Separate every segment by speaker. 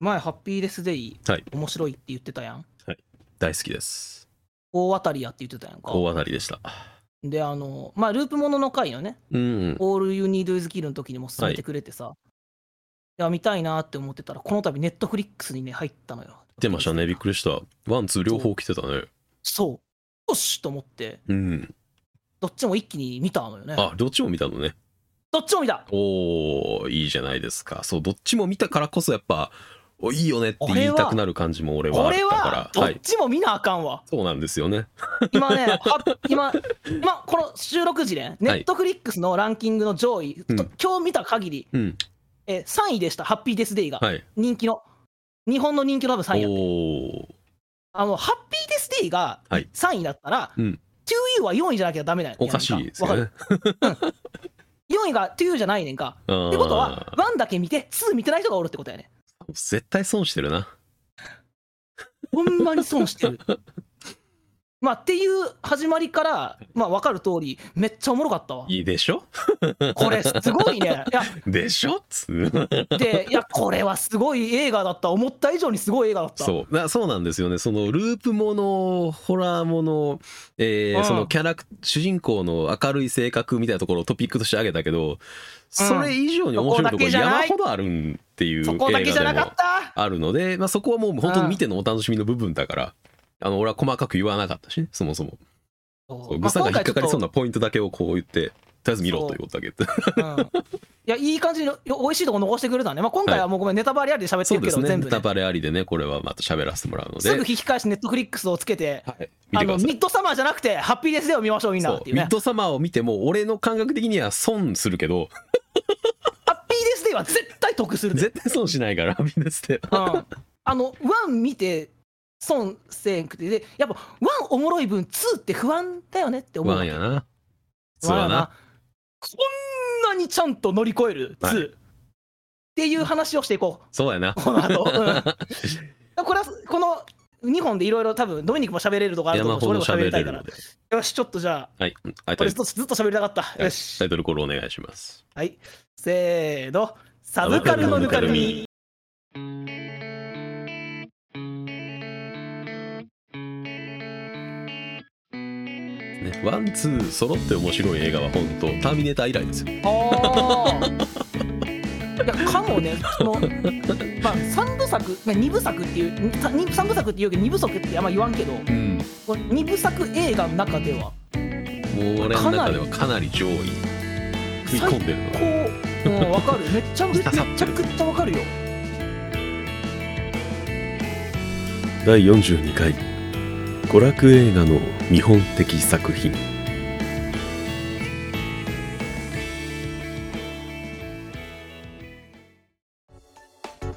Speaker 1: 前、ハッピーデスデイ、
Speaker 2: はい
Speaker 1: 面白いって言ってたやん。
Speaker 2: 大好きです。
Speaker 1: 大当たりやって言ってたやんか。
Speaker 2: 大当たりでした。
Speaker 1: で、あの、まあ、ループものの回よね。
Speaker 2: うん。
Speaker 1: All You Need Is Kill の時にも勧めてくれてさ。い、や、見たいなって思ってたら、この度、ネットフリックスにね、入ったのよ。
Speaker 2: 出ましたね。びっくりした。ワン、ツー両
Speaker 1: そ
Speaker 2: 方来てたね。
Speaker 1: そう。よしと思って、
Speaker 2: うん。
Speaker 1: どっちも一気に見たのよね。
Speaker 2: あ、どっちも見たのね。
Speaker 1: どっちも見た
Speaker 2: おー、いいじゃないですか。そう、どっちも見たからこそやっぱ、おいいよねって言いたくなる感じも俺はあ
Speaker 1: こ
Speaker 2: っ
Speaker 1: れ
Speaker 2: たか
Speaker 1: は、
Speaker 2: ら。
Speaker 1: ど
Speaker 2: は
Speaker 1: っ
Speaker 2: い。
Speaker 1: ちも見なあかんわ。
Speaker 2: そうなんですよね。
Speaker 1: 今ね、は今、今、この収録時ね、ネ
Speaker 2: はい
Speaker 1: ットフリックスのランキングの上位、
Speaker 2: うん
Speaker 1: と今日見た限り、
Speaker 2: うん。
Speaker 1: えー3位でした、ハッピーデスデイが、
Speaker 2: はい。
Speaker 1: 人気の、日本の人気の多分
Speaker 2: お
Speaker 1: 3位やって
Speaker 2: ー。
Speaker 1: あのハッピーデスデイが
Speaker 2: はい
Speaker 1: 3位だったら、
Speaker 2: う
Speaker 1: 2U
Speaker 2: ん
Speaker 1: は4位じゃなきゃダメなんやんか
Speaker 2: おかしいです
Speaker 1: わ
Speaker 2: よ
Speaker 1: か
Speaker 2: ね
Speaker 1: る。4位が 2U じゃないねんか。
Speaker 2: っ
Speaker 1: ってことは、1だけ見て、2見てない人がおるってことやね。
Speaker 2: 絶対損してるな。
Speaker 1: ほんまに損して る。まあ、っていう始まりから、まあ、分かる通り、めっちゃおもろかったわ。
Speaker 2: いいでしょ
Speaker 1: これ、すごいね。いや、
Speaker 2: でしょつう
Speaker 1: で、いや、これはすごい映画だった、思った以上にすごい映画だった。
Speaker 2: そうだそうなんですよねそのループものホラーもの、えー
Speaker 1: うん
Speaker 2: そのキャラク主人公の明るい性格みたいなところをトピックとして挙げたけどそれ以上に面白い
Speaker 1: そこだ
Speaker 2: ところ
Speaker 1: けじゃな
Speaker 2: 山
Speaker 1: い
Speaker 2: ほどあるんっていう
Speaker 1: そ
Speaker 2: 映
Speaker 1: こだけじゃな
Speaker 2: 画で
Speaker 1: かっ
Speaker 2: も
Speaker 1: た。
Speaker 2: あるので、まあ、そこはもう本当に見てのお楽しみの部分だから。あの俺は細かく言わなかったしねそもそも
Speaker 1: そ
Speaker 2: そううグサが引っかかりそう
Speaker 1: ま
Speaker 2: なポイントだけをこう言ってとりあえず見ろということだけ言
Speaker 1: あ
Speaker 2: って
Speaker 1: 今回ちょっとうんいや、いい感じの、よ美味しいとこ残してくれたね。まあ、今回はもうごめん、ネタバレありで喋っ
Speaker 2: そ
Speaker 1: て
Speaker 2: う
Speaker 1: る
Speaker 2: で
Speaker 1: け
Speaker 2: す
Speaker 1: ど、
Speaker 2: ね
Speaker 1: 全
Speaker 2: ネ
Speaker 1: 部
Speaker 2: タ
Speaker 1: ね。
Speaker 2: バレありでねこれはまた喋らせてもらうのです
Speaker 1: ぐ引き返し、ネットフリックスをつけて、
Speaker 2: はい、見
Speaker 1: あ
Speaker 2: てく
Speaker 1: の
Speaker 2: ださい
Speaker 1: ミッドサマーじゃなくて、ハッピーデスデーを見ましょう、みんな
Speaker 2: そ
Speaker 1: っ
Speaker 2: う
Speaker 1: ていう
Speaker 2: ミッ
Speaker 1: ね。
Speaker 2: ドサマーを見ても俺の感覚的には損するけ ど
Speaker 1: ハッピーデスデーは絶対得するで。
Speaker 2: 絶対損しないからみんなって
Speaker 1: うんあの、ワン見て、損せんくて、で、やっぱ、ワンおもろい分、ツーって不安だよねって思うわ
Speaker 2: ワ
Speaker 1: け
Speaker 2: ンやなそうやな
Speaker 1: こんなにちゃんと乗り越える、
Speaker 2: はい
Speaker 1: ツーっていう話をしていこ
Speaker 2: そうやな
Speaker 1: う、この後。うん、これは、この2本でいろいろ多分、ドミニクも喋れるとこあると思
Speaker 2: 山
Speaker 1: うし、
Speaker 2: ほ
Speaker 1: 俺も喋
Speaker 2: ど喋れ
Speaker 1: りたい
Speaker 2: る
Speaker 1: か
Speaker 2: の
Speaker 1: ら。
Speaker 2: で
Speaker 1: よし、ちょっとじゃあ、
Speaker 2: はいはいタ
Speaker 1: 俺
Speaker 2: イ
Speaker 1: ずっとずっと喋りたかった。よし
Speaker 2: タイ。トルコールお願いします
Speaker 1: はい。せーの。サブカルのぬかるみ。
Speaker 2: ねワンツー揃って面白い映画は本当ターミネーター以来ですよ
Speaker 1: あーいやかもね、そのまあ、三部作、まあ、二部作っていう、にさに三部作っていうけど、二部作ってあんま言わんけど、
Speaker 2: うんも
Speaker 1: この二部作映画の中では、
Speaker 2: う俺の中ではかなり上位食い込んでるの
Speaker 1: こ
Speaker 2: が
Speaker 1: う、うん、わかる。めっちゃ、めっ
Speaker 2: 刺さってる
Speaker 1: ちゃくちゃわかるよ。
Speaker 2: 第42回娯楽映画の日本的作品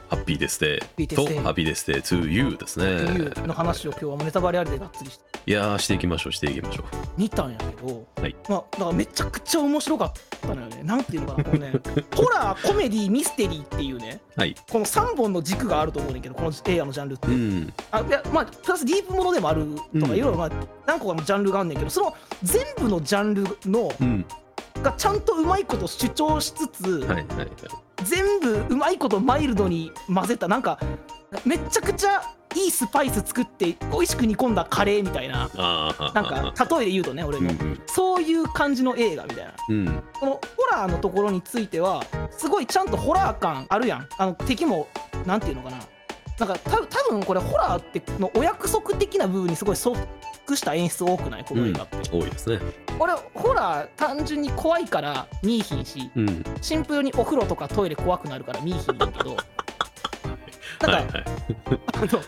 Speaker 2: ハッピーデスデ
Speaker 1: ピー
Speaker 2: ー
Speaker 1: テス
Speaker 2: と
Speaker 1: テ
Speaker 2: ハッピーデスデー to you です
Speaker 1: ってい
Speaker 2: ね
Speaker 1: うの話を今日はもうネタバレありでがっつりして
Speaker 2: いやーしていきましょうしていきましょ
Speaker 1: 見たんやけど、
Speaker 2: はい
Speaker 1: まあ、だからめちゃくちゃ面白かったのよね。なんていうのかな、こ のね、ホラー、コメディ、ミステリーっていうね、
Speaker 2: うはい
Speaker 1: この3本の軸があると思うねんけど、この映画のジャンルって。
Speaker 2: うん
Speaker 1: あいやまあ、プラスディープものでもあるとか、
Speaker 2: うん
Speaker 1: いろいろ、まあ、何個かのジャンルがあるんねんけど、その全部のジャンルの
Speaker 2: うん
Speaker 1: がちゃんとうまいこと主張しつつ、
Speaker 2: はいはいはい
Speaker 1: 全部うまいことマイルドに混ぜた、なんか、めちゃくちゃいいスパイス作って、美味しく煮込んだカレーみたいな、
Speaker 2: あーあ
Speaker 1: なん
Speaker 2: ーあー
Speaker 1: か、例えで言うとね、俺
Speaker 2: うん
Speaker 1: の。そういう感じの映画みたいな。
Speaker 2: うんうん
Speaker 1: このホラーのところについては、すごいちゃんとホラー感あるやん。あの敵も、なんていうのかな。なんかた多分これホラーってのお約束的な部分にすごい即した演出多くないこの映画って、
Speaker 2: 多いですね
Speaker 1: 俺ホラー単純に怖いから見いひんし
Speaker 2: うん
Speaker 1: シンプルにお風呂とかトイレ怖くなるから見いひんねんけ どなんか、
Speaker 2: はいはい
Speaker 1: あの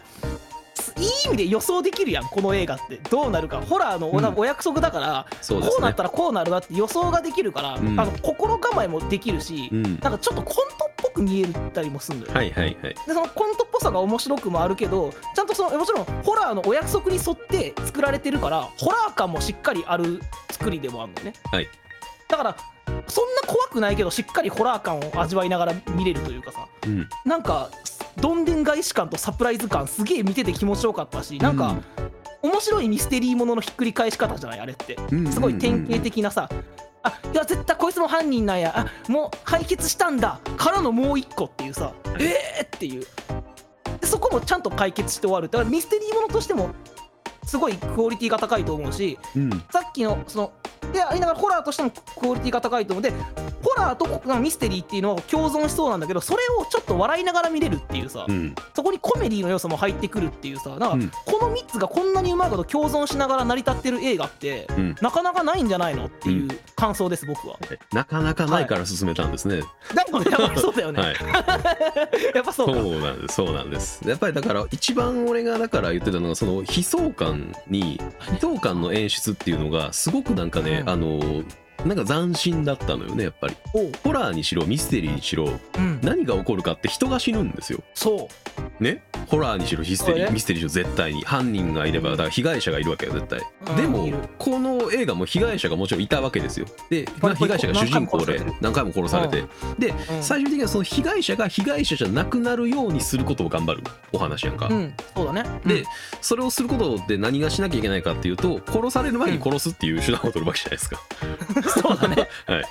Speaker 1: すいい意味で予想できるやんこの映画ってどうなるかホラーのお,、
Speaker 2: うん
Speaker 1: お約束だから
Speaker 2: そうで
Speaker 1: こ
Speaker 2: す
Speaker 1: うなっ
Speaker 2: ね
Speaker 1: たらこうなるなって予想ができるから、
Speaker 2: うん
Speaker 1: あの心構えもできるし、
Speaker 2: うん
Speaker 1: なんかちょっとコントっぽく見えたりもするのよ、
Speaker 2: はいはいはい
Speaker 1: でそのコントっぽさが面白くもあるけどちゃんとそのもちろんホラーのお約束に沿って作られてるからホラー感もしっかりある作りでもあるんだよね、
Speaker 2: はい
Speaker 1: だからそんな怖くないけどしっかりホラー感を味わいながら見れるというかさ
Speaker 2: うん
Speaker 1: なんかどんでん返し感とサプライズ感すげえ見てて気持ちよかったしなんか、面白いミステリーもののひっくり返し方じゃないあれって
Speaker 2: うん
Speaker 1: すごい典型的なさ、あいや絶対こいつも犯人なんやあもう解決したんだからのもう一個っていうさ、えーっていうそこもちゃんと解決して終わるだからミステリーものとしてもすごいクオリティが高いと思うし
Speaker 2: うん
Speaker 1: さっきのそのでありながらホラーとしてもクオリティが高いと思うのでホラーとこのミステリーっていうのは共存しそうなんだけどそれをちょっと笑いながら見れるっていうさ、
Speaker 2: うん
Speaker 1: そこにコメディの要素も入ってくるっていうさなんか
Speaker 2: うん
Speaker 1: この3つがこんなにうまいこと共存しながら成り立ってる映画って、
Speaker 2: うん
Speaker 1: なかなかないんじゃないのっていう感想です僕は。
Speaker 2: なかなかないから進めたんですね。
Speaker 1: だよ ねやっぱそうだよね、
Speaker 2: はい、
Speaker 1: やっぱそうか。
Speaker 2: そうなんです、そうなんです。やっぱりだから、一番俺がだから言ってたのが、その悲壮感に、悲壮感の演出っていうのが、すごくなんかね、
Speaker 1: うん
Speaker 2: あの、なんか斬新だったのよね、やっぱり。
Speaker 1: おう
Speaker 2: ホラーにしろ、ミステリーにしろ、
Speaker 1: うん、
Speaker 2: 何が起こるかって人が死ぬんですよ。
Speaker 1: そう
Speaker 2: ね、ホラーにしろヒステリ
Speaker 1: そう
Speaker 2: ー
Speaker 1: ね
Speaker 2: ミステリーにしろ絶対に犯人がいればだから被害者がいるわけよ絶対
Speaker 1: うん
Speaker 2: で
Speaker 1: い
Speaker 2: も
Speaker 1: る
Speaker 2: この映画も被害者がもちろんいたわけですよで、まあ、被害者が主人公で何回も殺されてで
Speaker 1: うん
Speaker 2: 最終的にはその被害者が被害者じゃなくなるようにすることを頑張るお話やんか
Speaker 1: うん、そうだね。
Speaker 2: でそれをすることで何がしなきゃいけないかっていうと殺される前に殺すっていう手段を取るわけじゃないですか
Speaker 1: うん、 そう だね。
Speaker 2: はい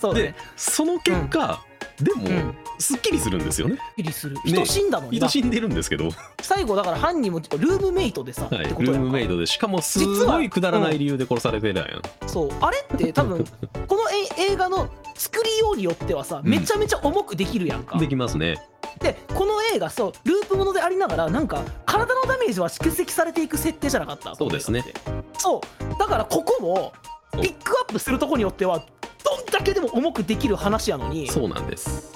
Speaker 1: そうだ
Speaker 2: で
Speaker 1: ね。
Speaker 2: その結果で
Speaker 1: う
Speaker 2: も
Speaker 1: ん、
Speaker 2: すっきりするんですよね
Speaker 1: ビリする。人死んだのにな
Speaker 2: 人死んでるんですけど
Speaker 1: 最後だから犯人もルームメイトでさ、
Speaker 2: はい、
Speaker 1: って
Speaker 2: ル
Speaker 1: ことや
Speaker 2: ー
Speaker 1: ん
Speaker 2: ム
Speaker 1: か
Speaker 2: メイドでしかもすごいくだらない理由で殺されてるやん、
Speaker 1: そうあれって多 分このえ映画の作りようによってはさ
Speaker 2: うん
Speaker 1: めちゃめちゃ重くできるやんか、
Speaker 2: できますね
Speaker 1: でこの映画そうループものでありながらなんか体のダメージは蓄積されていく設定じゃなかった
Speaker 2: そうですね
Speaker 1: この映画ってそうだからここも
Speaker 2: そう
Speaker 1: ピックアップするとこによってはどんだけでも重くできる話やのに
Speaker 2: そうなんです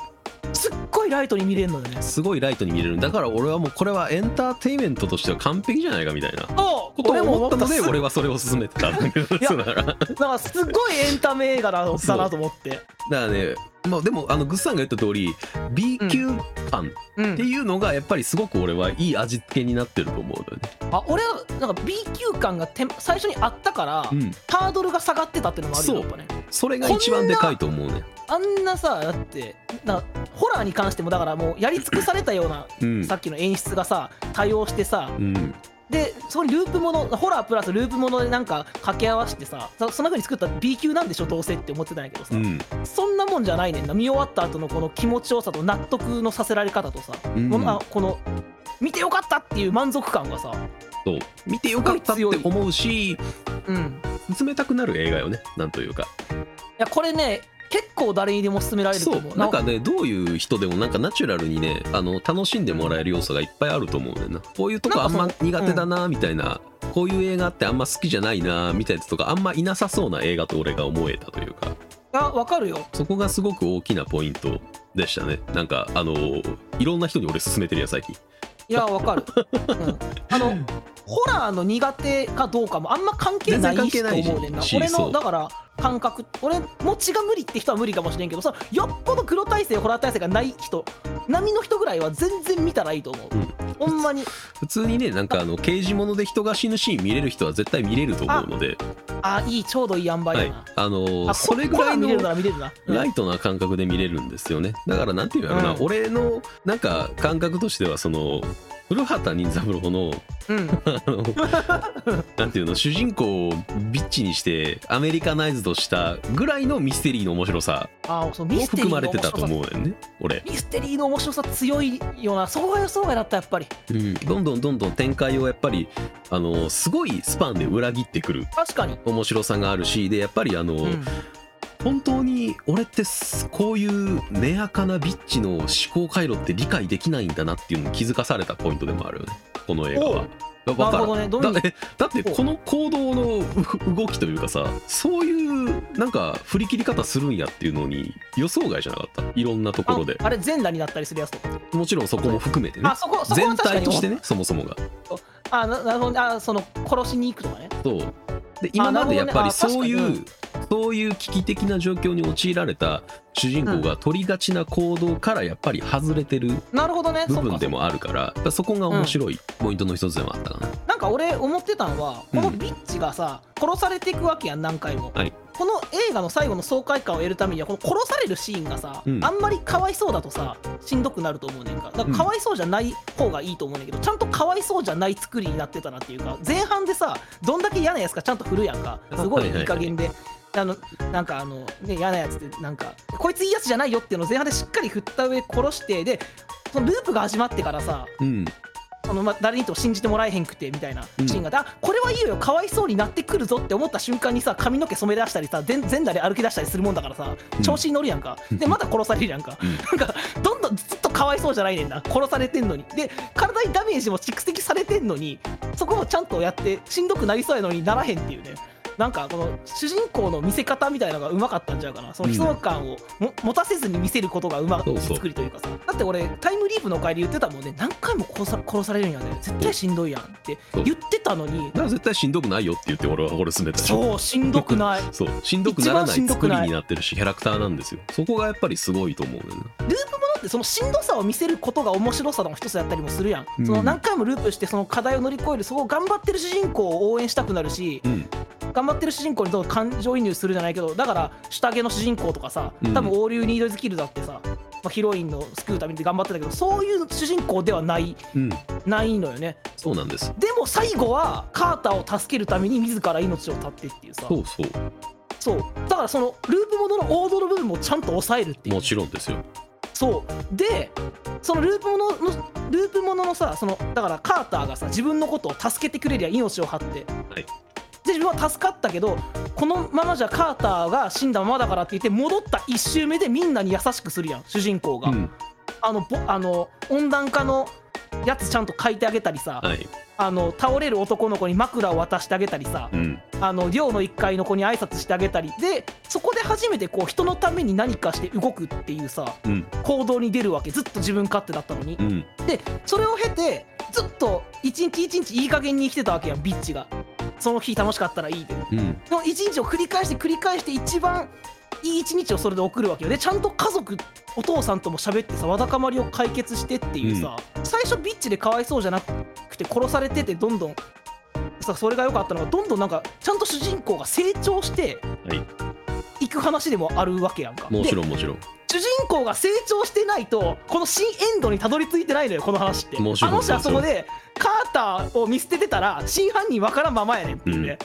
Speaker 1: すっごいライトに見れるのよね
Speaker 2: すごいライトに見れるだから俺はもうこれはエンターテインメントとしては完璧じゃないかみたいな
Speaker 1: そ
Speaker 2: こ
Speaker 1: う
Speaker 2: と
Speaker 1: 俺
Speaker 2: を
Speaker 1: も思
Speaker 2: 思っ
Speaker 1: ったた
Speaker 2: のです俺はそれを勧めてたんだけど
Speaker 1: いや
Speaker 2: そうだからだか
Speaker 1: なんかすごいエンタメ映画だなだなと思って、
Speaker 2: らねまあでもあのグッさんが言った通り B 級感
Speaker 1: うん
Speaker 2: っていうのがやっぱりすごく俺はいい味付けになってると思うのよね
Speaker 1: あ俺はなんか B 級感がて最初にあったから、
Speaker 2: うん
Speaker 1: ハードルが下がってたっていうのもあるよ
Speaker 2: そう
Speaker 1: やっぱね
Speaker 2: それが一番でかいと思うね
Speaker 1: あんなさだってなホラーに関してもだからもうやり尽くされたような
Speaker 2: うん
Speaker 1: さっきの演出がさ対応してさ
Speaker 2: うん
Speaker 1: でそこにループものホラープラスループものでなんか掛け合わせてさそそんな風に作った B 級なんでしょどうせって思ってたんやけどさ、
Speaker 2: うん
Speaker 1: そんなもんじゃないねんな見終わった後のこの気持ちよさと納得のさせられ方とさ、
Speaker 2: うん
Speaker 1: このあこの見てよかったっていう満足感がさ、
Speaker 2: そう見てよかったって思うし
Speaker 1: うん、
Speaker 2: 冷たくなる映画よねなんというか
Speaker 1: いやこれね結構誰にでも勧められると
Speaker 2: そ
Speaker 1: 思
Speaker 2: う
Speaker 1: うな
Speaker 2: な
Speaker 1: ん
Speaker 2: かねどういう人でもなんかナチュラルにねあの楽しんでもらえる要素がいっぱいあると思うねんなこういうとこあんま
Speaker 1: なんかその
Speaker 2: 苦手だなみたいな、こういう映画ってあんま好きじゃないなみたいなやつとかあんまいなさそうな映画と俺が思えたというか
Speaker 1: あわかるよ
Speaker 2: そこがすごく大きなポイントでしたねなんかあのいろんな人に俺勧めてるやん最近
Speaker 1: いやわかる、うん、あのホラーの苦手かどうかもあんま関係ない
Speaker 2: 全然
Speaker 1: と
Speaker 2: 関係ない
Speaker 1: 思うねんな
Speaker 2: し
Speaker 1: 俺
Speaker 2: そう
Speaker 1: のだから感覚俺持ちが無理って人は無理かもしれんけどさよっぽど黒体制ホラー体制がない人波の人ぐらいは全然見たらいいと思う、ほんまに
Speaker 2: 普通にねなんかあの刑事物で人が死ぬシーン見れる人は絶対見れると思うので
Speaker 1: あいいちょうどいい塩梅
Speaker 2: は
Speaker 1: や
Speaker 2: い
Speaker 1: な、
Speaker 2: あの
Speaker 1: あ
Speaker 2: それぐらい
Speaker 1: ここは見れる
Speaker 2: の
Speaker 1: なら見れるな、うん
Speaker 2: ライトな感覚で見れるんですよねだからなんていうんやろな、
Speaker 1: うん
Speaker 2: 俺のなんか感覚としてはその古畑任三郎の
Speaker 1: うん
Speaker 2: あの なんていうの主人公をビッチにしてアメリカナイズとしたぐらいのミステリーの面白さ
Speaker 1: あそうミ
Speaker 2: も
Speaker 1: ステリー
Speaker 2: 含
Speaker 1: の
Speaker 2: まれ
Speaker 1: 面
Speaker 2: て
Speaker 1: 白
Speaker 2: た
Speaker 1: さ
Speaker 2: と思うよね俺、
Speaker 1: ミステリーの面白さ強いようなそこが予想外だったやっぱり
Speaker 2: うん、どんどんどんどん展開をやっぱりあのすごいスパンで裏切ってくる
Speaker 1: 確かに、
Speaker 2: 面白さがあるしでやっぱりあの、
Speaker 1: うん、
Speaker 2: 本当に俺ってすこういう根垢なビッチの思考回路って理解できないんだなっていうのを気づかされたポイントでもあるよねこの映画は。だ
Speaker 1: なる
Speaker 2: か
Speaker 1: ほどねどうい
Speaker 2: ら
Speaker 1: う
Speaker 2: だえだってこの行動のう動きというかさそういうなんか振り切り方するんやっていうのに予想外じゃなかったいろんなところで
Speaker 1: ああれ全裸になったりするやつとか
Speaker 2: もちろんそこも含めてね
Speaker 1: あそこそこは
Speaker 2: 全
Speaker 1: 確か
Speaker 2: 体
Speaker 1: に
Speaker 2: としてねそもそもが
Speaker 1: あななるほどねあその殺しに行くとかね
Speaker 2: そうで今までやっぱり
Speaker 1: なるほど
Speaker 2: そ
Speaker 1: ねあ
Speaker 2: ういう、
Speaker 1: 確
Speaker 2: そういう危機的な状況に陥られた主人公が取りがちな行動からやっぱり外れてる
Speaker 1: なるほどね
Speaker 2: 部
Speaker 1: そっ
Speaker 2: 分
Speaker 1: か
Speaker 2: で
Speaker 1: そっか
Speaker 2: もあるからそこが面白いポイントの一つでもあったかな、
Speaker 1: なんか俺思ってたのは
Speaker 2: うん
Speaker 1: このビッチがさ、殺されていくわけやん何回も、
Speaker 2: はい
Speaker 1: この映画の最後の爽快感を得るためにはこの殺されるシーンがさ、
Speaker 2: うん
Speaker 1: あんまりかわいそうだとさしんどくなると思うねんかだか
Speaker 2: うん
Speaker 1: らかわいそうじゃない方がいいと思うねんけど、ちゃんとかわいそうじゃない作りになってたなっていうか前半でさどんだけ嫌なやつかちゃんと振るやんかすご
Speaker 2: はい
Speaker 1: い
Speaker 2: はいはい
Speaker 1: いい加減で。あのなんかあの、ね、嫌なやつってなんかこいついいやつじゃないよっていうのを前半でしっかり振った上殺してでそのループが始まってからさ
Speaker 2: うん
Speaker 1: その、ま、誰にとも信じてもらえへんくてみたいなシーンがあって、あこれはいいよかわいそうになってくるぞって思った瞬間にさ髪の毛染め出したりさ全全裸で歩き出したりするもんだからさ調子に乗るやんか、でまた殺されるやんか、
Speaker 2: う
Speaker 1: なんかどんどんずっとかわいそうじゃないねんな殺されてんのにで体にダメージも蓄積されてんのにそこもちゃんとやってしんどくなりそうやのにならへんっていうねなんかこの主人公の見せ方みたいなのがうまかったんちゃうかなその悲壮感をも持たせずに見せることがうま
Speaker 2: そうそう
Speaker 1: 作りというかさだって俺タイムリープのおかえり言ってたもんね何回も殺さ殺されるんやね絶対しんどいやんって言ってたのに
Speaker 2: だから絶対しんどくないよって言って俺は俺勧めたでしょ
Speaker 1: そうしんどくない
Speaker 2: そうしんどくなら
Speaker 1: 一番
Speaker 2: な
Speaker 1: しん
Speaker 2: い
Speaker 1: どく
Speaker 2: 作
Speaker 1: ない
Speaker 2: りになってるしキャラクターなんですよそこがやっぱりすごいと思うねんな
Speaker 1: ループものってそのしんどさを見せることが面白さの一つだったりもするやん、
Speaker 2: うん
Speaker 1: その何回もループしてその課題を乗り越えるそこを頑張ってる主人公を応援したくなるし
Speaker 2: うん
Speaker 1: 頑張ってる主人公にどんどん感情移入するじゃないけどだから下着の主人公とかさ
Speaker 2: うん
Speaker 1: 多分オールユニードズキルだってさ、まあ、ヒロインの救うために頑張ってたけどそういう主人公ではない
Speaker 2: うん
Speaker 1: ないのよね
Speaker 2: そうなんです
Speaker 1: でも最後はカーターを助けるために自ら命を絶ってっていうさ
Speaker 2: そうそう
Speaker 1: そうだからそのループものの王道の部分もちゃんと抑えるっていう
Speaker 2: もちろんですよ
Speaker 1: そうでそのループもののループもののさそのだからカーターがさ自分のことを助けてくれりゃ命を張って、
Speaker 2: はい
Speaker 1: で自分は助かったけどこのままじゃカーターが死んだままだからって言って戻った1周目でみんなに優しくするやん主人公が、
Speaker 2: うん
Speaker 1: あのぼあの温暖化のやつちゃんと書いてあげたりさ、
Speaker 2: はい
Speaker 1: あの倒れる男の子に枕を渡してあげたりさ、
Speaker 2: うん
Speaker 1: あの寮の1階の子に挨拶してあげたりでそこで初めてこう人のために何かして動くっていうさ、
Speaker 2: うん
Speaker 1: 行動に出るわけずっと自分勝手だったのに、
Speaker 2: うん
Speaker 1: でそれを経てずっと一日一日いい加減に生きてたわけやんビッチがその日楽しかったらいいで
Speaker 2: うん
Speaker 1: その一日を繰り返して繰り返して一番いい一日をそれで送るわけよでちゃんと家族お父さんとも喋ってさわだかまりを解決してっていうさ、最初ビッチでかわいそうじゃなくて殺されててどんどんさそれが良かったのがどんどんなんかちゃんと主人公が成長して
Speaker 2: はい
Speaker 1: いく話でもあるわけやんか
Speaker 2: もち
Speaker 1: で
Speaker 2: ろんもちろん
Speaker 1: 主人公が成長してないとこの新エンドにたどり着いてないのよこの話ってあ
Speaker 2: も
Speaker 1: の
Speaker 2: ちろん
Speaker 1: 人はそこでカーターを見捨ててたら真犯人わからんままやねんっていうね、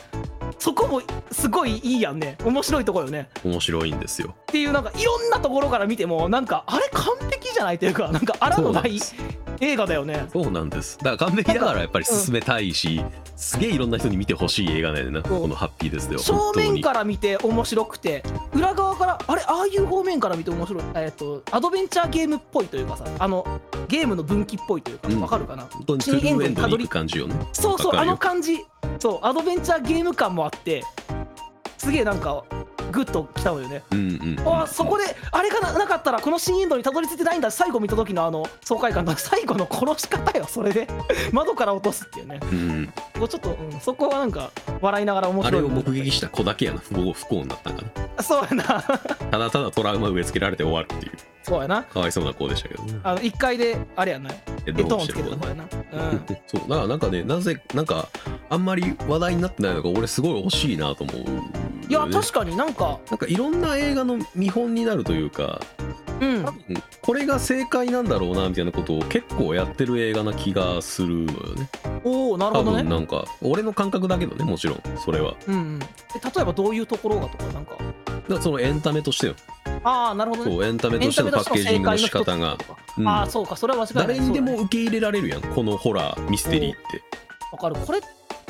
Speaker 1: そこもすごいいいやんね面白いとこよね
Speaker 2: 面白いんですよ
Speaker 1: っていうなんかいろんなところから見てもなんかあれ完璧じゃないというかなんかあらのない
Speaker 2: そう
Speaker 1: 映画だよね
Speaker 2: そうなんですだから完璧だからやっぱり進めたいしすげえいろんな人に見てほしい映画なんやな
Speaker 1: そう
Speaker 2: この「ハッピーです」では
Speaker 1: 正
Speaker 2: 本当
Speaker 1: 面
Speaker 2: に
Speaker 1: から見て面白くて裏側からあれああいう方面から見て面白い、えっとアドベンチャーゲームっぽいというかさあのゲームの分岐っぽいというか
Speaker 2: うん
Speaker 1: わかるかな、
Speaker 2: 本当にトゥルーエンドに行く感じよね
Speaker 1: そうそう
Speaker 2: わか
Speaker 1: あ
Speaker 2: るよ
Speaker 1: の感じそうアドベンチャーゲーム感もあってすげえなんかグッときたのよね
Speaker 2: うんうんうん
Speaker 1: あそこであれがななかったらこの新エンドにたどり着いてないんだ最後見た時のあの爽快感と最後の殺し方よそれで 窓から落とすっていうね
Speaker 2: うん
Speaker 1: こうちょっと、うんそこはなんか笑いながら面
Speaker 2: あれ
Speaker 1: 白い
Speaker 2: を目撃した子だけやな不幸不幸になったんかな
Speaker 1: そうやな
Speaker 2: ただただトラウマ植え付けられて終わるっていう
Speaker 1: そうやな
Speaker 2: かわいそうな子でしたけどね
Speaker 1: あの1階であれやんない
Speaker 2: え
Speaker 1: エ
Speaker 2: ど
Speaker 1: ト
Speaker 2: う
Speaker 1: ーンつ
Speaker 2: して
Speaker 1: け
Speaker 2: る
Speaker 1: て
Speaker 2: の
Speaker 1: た
Speaker 2: か
Speaker 1: 方
Speaker 2: な
Speaker 1: やなうん
Speaker 2: そうだからなんかねなぜなんかあんまり話題になってないのが俺すごい欲しいなと思う、
Speaker 1: いや確かになんか
Speaker 2: なんかいろんな映画の見本になるというか
Speaker 1: うん
Speaker 2: 多分これが正解なんだろうなみたいなことを結構やってる映画な気がするのよね
Speaker 1: おおなる
Speaker 2: 多
Speaker 1: ほどね
Speaker 2: 分なんか俺の感覚だけどねもちろんそれは
Speaker 1: うんうんで例えばどういうところがとかなんか
Speaker 2: だからそのエンタメとしてよ
Speaker 1: ああなるほどね
Speaker 2: そうエンタメ
Speaker 1: エ
Speaker 2: と
Speaker 1: ン
Speaker 2: して
Speaker 1: タ
Speaker 2: の
Speaker 1: メ
Speaker 2: パ
Speaker 1: とし
Speaker 2: ッ
Speaker 1: ての
Speaker 2: ケージングの仕
Speaker 1: 正解
Speaker 2: 方
Speaker 1: の
Speaker 2: が
Speaker 1: 一つとか
Speaker 2: うん
Speaker 1: ああそうかそれは間違いない
Speaker 2: 誰にで
Speaker 1: そう
Speaker 2: も
Speaker 1: だね
Speaker 2: 受け入れられるやんこのホラーミステリーって
Speaker 1: わかるこれ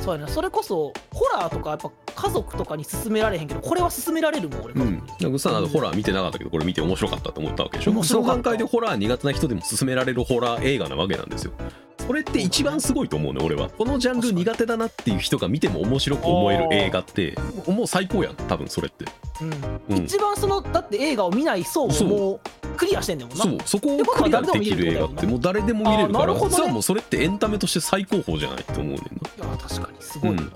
Speaker 1: そうやねそれこそホラーとかやっぱ家族とかに勧められへんけどこれは勧められるもん俺
Speaker 2: う
Speaker 1: も、
Speaker 2: ん、でもさ
Speaker 1: うん
Speaker 2: ホラー見てなかったけどこれ見て面白かったと思ったわけでしょ
Speaker 1: 面
Speaker 2: そ
Speaker 1: 白
Speaker 2: の
Speaker 1: かった
Speaker 2: 段階でホラー苦手な人でも勧められるホラー映画なわけなんですよそれって一番すごいと思うね俺はこのジャンル苦手だなっていう人が見ても面白く思える映画ってもう最高やん多分それって、
Speaker 1: うん
Speaker 2: うん、
Speaker 1: 一番そのだって映画を見ない層を
Speaker 2: そう
Speaker 1: もうクリアしてんだもんな
Speaker 2: そうそこをクリアできる映画ってもう誰でも見れるか
Speaker 1: あーな
Speaker 2: ら
Speaker 1: るほどね
Speaker 2: 実はもうそれってエンタメとして最高峰じゃないと思うねんない
Speaker 1: や確かにすごい、
Speaker 2: うん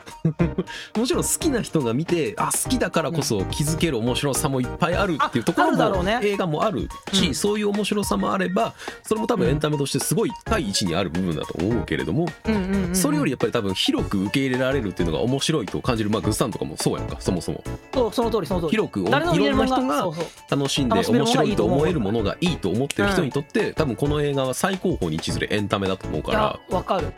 Speaker 2: もちろん好きな人が見てあ好きだからこそ気づける面白さもいっぱいあるっていうところ
Speaker 1: ああるだろ
Speaker 2: も、
Speaker 1: うね
Speaker 2: 映画もあるし、
Speaker 1: うん
Speaker 2: そういう面白さもあればそれも多分エンタメとしてすごい第一にある部分だと思うけれども、
Speaker 1: うんうんうんうん
Speaker 2: それよりやっぱり多分広く受け入れられるっていうのが面白いと感じるまあグッサンとかもそうやんかそもそも
Speaker 1: そうその通りその通り
Speaker 2: 広くい
Speaker 1: 誰でも見れ
Speaker 2: ろ
Speaker 1: る
Speaker 2: ん
Speaker 1: も
Speaker 2: なん
Speaker 1: が
Speaker 2: 人が
Speaker 1: そうそう
Speaker 2: 楽しんで
Speaker 1: 楽しめるもの
Speaker 2: 面
Speaker 1: が
Speaker 2: 白
Speaker 1: いいと
Speaker 2: いと
Speaker 1: 思う
Speaker 2: 思えるものがいいと思ってる人にとって多分この映画は最高峰に位置するエンタメだと思うか
Speaker 1: いや
Speaker 2: ら
Speaker 1: わかる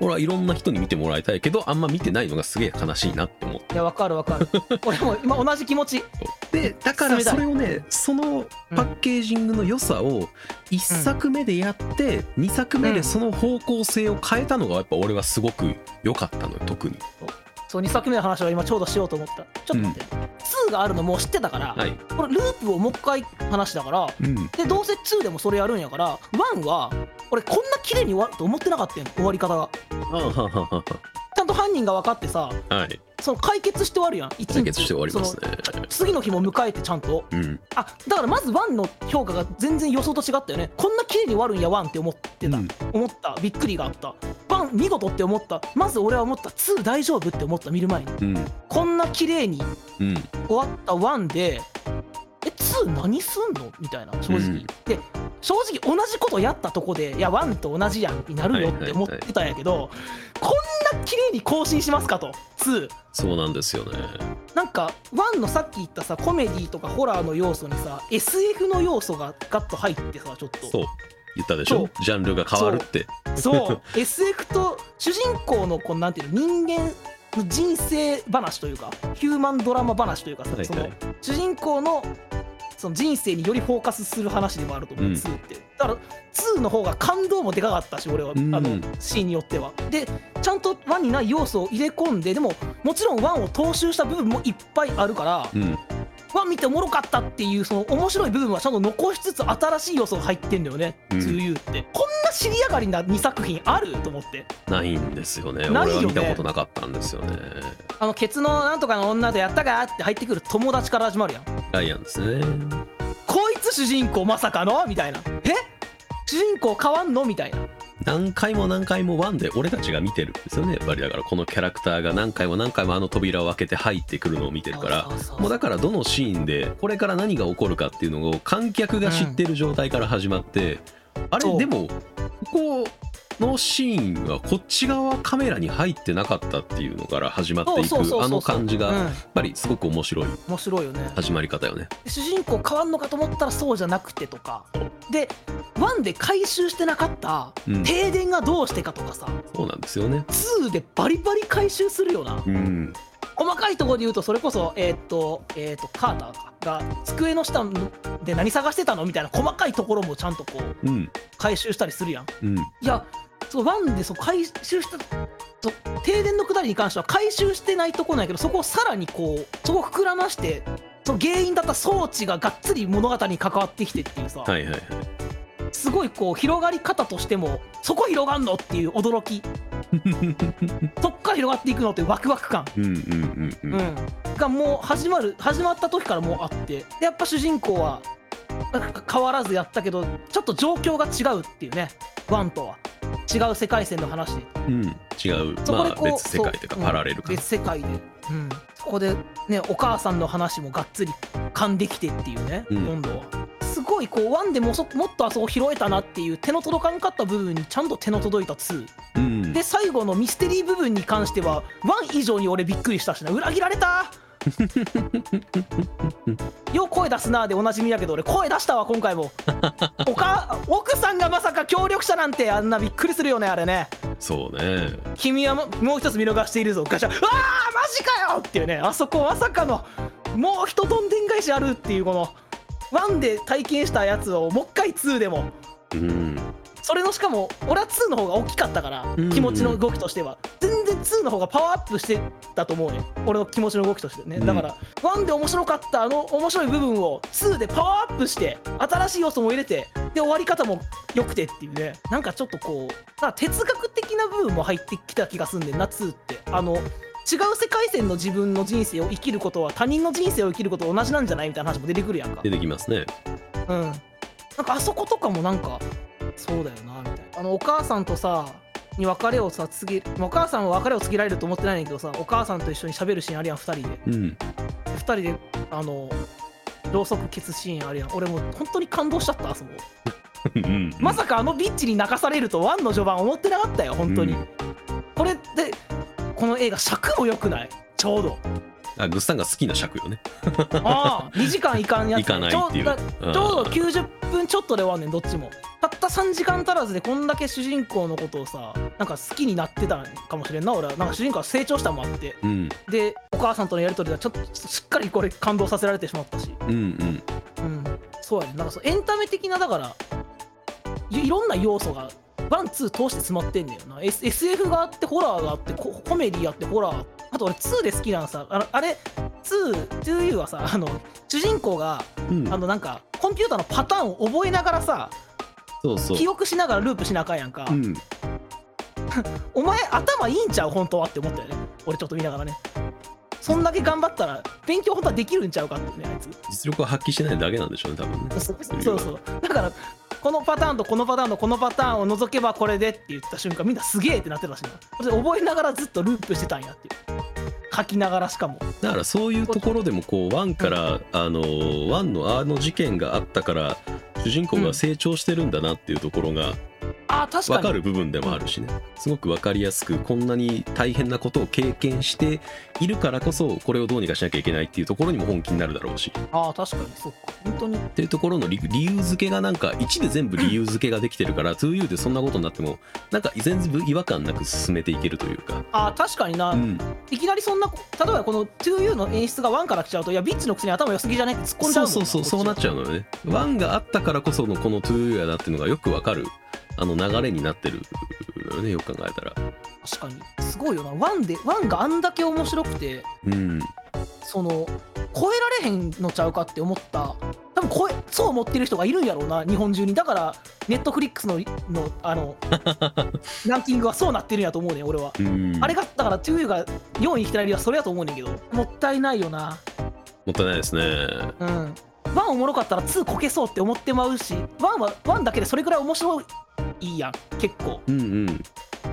Speaker 2: 俺はいろんな人に見てもらい たいけどあんま見てないのがすげえ悲しいなって思って
Speaker 1: いやわかるわかる俺も今同じ気持ち
Speaker 2: でだか
Speaker 1: 進
Speaker 2: ら
Speaker 1: めたい
Speaker 2: それをねそのパッケージングの良さを1作目でやって2作目でその方向性を変えたのがやっぱ俺はすごく良かったのよ特に
Speaker 1: そう2作目の話は今ちょうどしようと思ったちょっと待って、2があるのもう知ってたから、
Speaker 2: はい
Speaker 1: これループをもう一回話だから
Speaker 2: うん
Speaker 1: でどうせ2でもそれやるんやから1は俺こんな綺麗に終わると思ってなかったよ終わり方が
Speaker 2: あははは
Speaker 1: ちゃんと犯人が分かってさ
Speaker 2: は はい
Speaker 1: その解決して終わるやん一日
Speaker 2: 解決して終わりますね
Speaker 1: その次の日も迎えてちゃんと
Speaker 2: うん
Speaker 1: あだからまず1の評価が全然予想と違ったよねこんな綺麗に終わるんや1って思ってた、
Speaker 2: うん
Speaker 1: 思ったびっくりがあった1見事って思ったまず俺は思った2大丈夫って思った見る前に
Speaker 2: うん
Speaker 1: こんな綺麗に
Speaker 2: うん
Speaker 1: 終わった1でえ2何すんのみたいな正直、
Speaker 2: うん
Speaker 1: で正直同じことやったとこでいや1と同じやんになるよって思ってたんやけど、こんな綺麗に更新しますかと2
Speaker 2: そうなんですよね
Speaker 1: なんか1のさっき言ったさコメディとかホラーの要素にさ SF の要素がガッと入ってさちょっと
Speaker 2: そう言ったでしょジャンルが変わるって
Speaker 1: そう SF と主人公のこうなんていうの人間の人生話というかヒューマンドラマ話というかさ、
Speaker 2: はい
Speaker 1: そ
Speaker 2: は
Speaker 1: の
Speaker 2: い
Speaker 1: 主人公のその人生によりフォーカスする話でもあると思う、
Speaker 2: うん
Speaker 1: 2ってだから2の方が感動もでかかったし俺は、
Speaker 2: うん
Speaker 1: あのシーンによってはでちゃんと1にない要素を入れ込んででももちろん1を踏襲した部分もいっぱいあるから、
Speaker 2: うん
Speaker 1: 1見ておもろかったっていうその面白い部分はちゃんと残しつつ新しい要素が入ってんだよね
Speaker 2: うん
Speaker 1: 通うって、こんな尻上がりな2作品あると思って
Speaker 2: ないんですよね
Speaker 1: ないよね
Speaker 2: 俺は見たことなかったんですよね
Speaker 1: あのケツのなんとかの女とやったかって入ってくる友達から始まるやん
Speaker 2: ライアンですね
Speaker 1: こいつ主人公まさかのみたいなえ主人公変わんのみたいな
Speaker 2: 何回も何回もワンで俺たちが見てるんですよねやっぱりだからこのキャラクターが何回も何回もあの扉を開けて入ってくるのを見てるから
Speaker 1: そうそうそう
Speaker 2: もうだからどのシーンでこれから何が起こるかっていうのを観客が知ってる状態から始まって、あ
Speaker 1: そ
Speaker 2: れ
Speaker 1: う
Speaker 2: でもここのシーンはこっち側カメラに入ってなかったっていうのから始まってい
Speaker 1: そうそうそうそう
Speaker 2: くあの感じが
Speaker 1: うん
Speaker 2: やっぱりすごく面白い
Speaker 1: 面白いよね
Speaker 2: 始まり方よね。
Speaker 1: 主人公変わんのかと思ったらそうじゃなくてとかで1で回収してなかった
Speaker 2: うん、
Speaker 1: 停電がどうしてかとかさ
Speaker 2: そうなんですよね。
Speaker 1: 2でバリバリ回収するよな
Speaker 2: うん、
Speaker 1: 細かいところで言うとそれこそえーっとえーっとカーターが机の下で何探してたのみたいな細かいところもちゃんとこう
Speaker 2: うん、
Speaker 1: 回収したりするやん
Speaker 2: うん、
Speaker 1: いやそうワンでそう回収したと停電のくだりに関しては回収してないところなんやけどそこをさらにこうそこを膨らましてその原因だった装置ががっつり物語に関わってきてっていうさ、
Speaker 2: はいはいはい。
Speaker 1: すごいこう広がり方としてもそこ広がんのっていう驚 きそっから広がっていくのっていうワクワク感
Speaker 2: うんうんうんうん。
Speaker 1: うん、がもう始まる始まった時からもうあってでやっぱ主人公はなんか変わらずやったけどちょっと状況が違うっていうねワンとは違う世界線の話で
Speaker 2: うん、違う、
Speaker 1: そこ
Speaker 2: ま
Speaker 1: で
Speaker 2: あ
Speaker 1: こう、
Speaker 2: 別世界というか
Speaker 1: そう
Speaker 2: パラレルか
Speaker 1: うん。別世界で、うん、そこでねお母さんの話もがっつり噛んできてっていうね、
Speaker 2: うん
Speaker 1: 今度は。すごいこうワンでもそもっとあそこ拾えたなっていう手の届かんかった部分にちゃんと手の届いた2
Speaker 2: うん、
Speaker 1: で最後のミステリー部分に関しては1以上に俺びっくりしたしな裏切られ たよう声出すなーでおなじみやけど俺声出したわ今回もおか奥さんがまさか協力者なんてあんなびっくりするよねあれね
Speaker 2: そうね。
Speaker 1: 君はももう一つ見逃しているぞガシャうわあマジかよっていうねあそこまさかのもう一どんでん返しあるっていうこの1で体験したやつをもう一回2でも
Speaker 2: うん、
Speaker 1: それのしかも俺は2の方が大きかったから、
Speaker 2: うん
Speaker 1: 気持ちの動きとしては全然2の方がパワーアップしてたと思うね俺の気持ちの動きとしてね
Speaker 2: うん
Speaker 1: だから、1で面白かったあの面白い部分を2でパワーアップして新しい要素も入れてで終わり方も良くてっていうねなんかちょっとこうなんか哲学的な部分も入ってきた気がすんねんな2ってあの違う世界線の自分の人生を生きることは他人の人生を生きることと同じなんじゃないみたいな話も出てくるやんか
Speaker 2: 出てきますね。
Speaker 1: うん、なんかあそことかもなんかそうだよなみたいなあのお母さんとさに別れをさ告げお母さんは別れを告げられると思ってないんだけどさお母さんと一緒に喋るシーンあるやん2人でで
Speaker 2: うん、
Speaker 1: 2人であのろうそく消すシーンあるやん俺もう本当に感動しちゃったあそこ
Speaker 2: うん
Speaker 1: まさかあのビッチに泣かされるとワンの序盤思ってなかったよ本当に、
Speaker 2: うん
Speaker 1: これでこの映画尺も良くないちょうど
Speaker 2: あ、グッさんが好きな尺よね。
Speaker 1: ああ2時間いかんやつ
Speaker 2: いかないっていう
Speaker 1: ちょうだちょうど90分ちょっとで終わんねんどっちもたった3時間足らずでこんだけ主人公のことをさなんか好きになってたんかもしれんな俺はなんか主人公は成長したもんあって
Speaker 2: うん
Speaker 1: でお母さんとのやり取りではちょっとしっかりこれ感動させられてしまったし
Speaker 2: うんうん
Speaker 1: うんそうやねなんかそうエンタメ的なだからいいろんな要素がワンツー通して詰まってんだよな、S、SF があってホラーがあってココメディあってホラーあと俺2で好きなのさあのあれ2 2 u はさあの主人公が
Speaker 2: うん
Speaker 1: あのなんかコンピューターのパターンを覚えながらさ
Speaker 2: そうそう
Speaker 1: 記憶しながらループしなあかんやんか、
Speaker 2: うん
Speaker 1: お前頭いいんちゃう本当はって思ったよね俺ちょっと見ながらねそんだけ頑張ったら勉強本当はできるんちゃうかってねあいつ
Speaker 2: 実力を発揮してないだけなんでしょうね多分ね
Speaker 1: そうそうそうだからこのパターンとこのパターンとこのパターンを除けばこれでって言った瞬間みんなすげえってなってたらしいなで覚えながらずっとループしてたんやっていう書きながらしかも
Speaker 2: だからそういうところでもこうワンからあのワンのあの事件があったから主人公が成長してるんだなっていうところが
Speaker 1: あー確か
Speaker 2: 分
Speaker 1: に
Speaker 2: かる部分でもあるしねすごく分かりやすくこんなに大変なことを経験しているからこそこれをどうにかしなきゃいけないっていうところにも本気になるだろうしっ
Speaker 1: あー確かにそっか本当に
Speaker 2: ていうところの理理由付けがなんか1で全部理由付けができてるから 2U でそんなことになってもなんか全部違和感なく進めていけるというか。
Speaker 1: あー確かにな、
Speaker 2: うん
Speaker 1: いきなりそんな例えばこの 2U の演出が1から来ちゃうといやビッチのくせに頭良すぎじゃねって突っ込んじゃうもんな
Speaker 2: そうそうそうそうなっちゃうのよねワンがあったからこそのこの 2U やなっていうのがよくわかるあの流れになってるのよねよく考えたら
Speaker 1: 確かにすごいよなワンでワンがあんだけ面白くて
Speaker 2: うん
Speaker 1: その超えられへんのちゃうかって思った多分超えそう思ってる人がいるんやろうな日本中にだからネットフリックスののあ のランキングはそうなってるんやと思うねん俺は、
Speaker 2: うん
Speaker 1: あれがだから 2U が4位に来てない理由はそれやと思うねんけどもったいないよな
Speaker 2: もったいないですね
Speaker 1: うん1おもろかったら2こけそうって思ってまうし1は1だけでそれぐらい面白いやん結構
Speaker 2: うんうん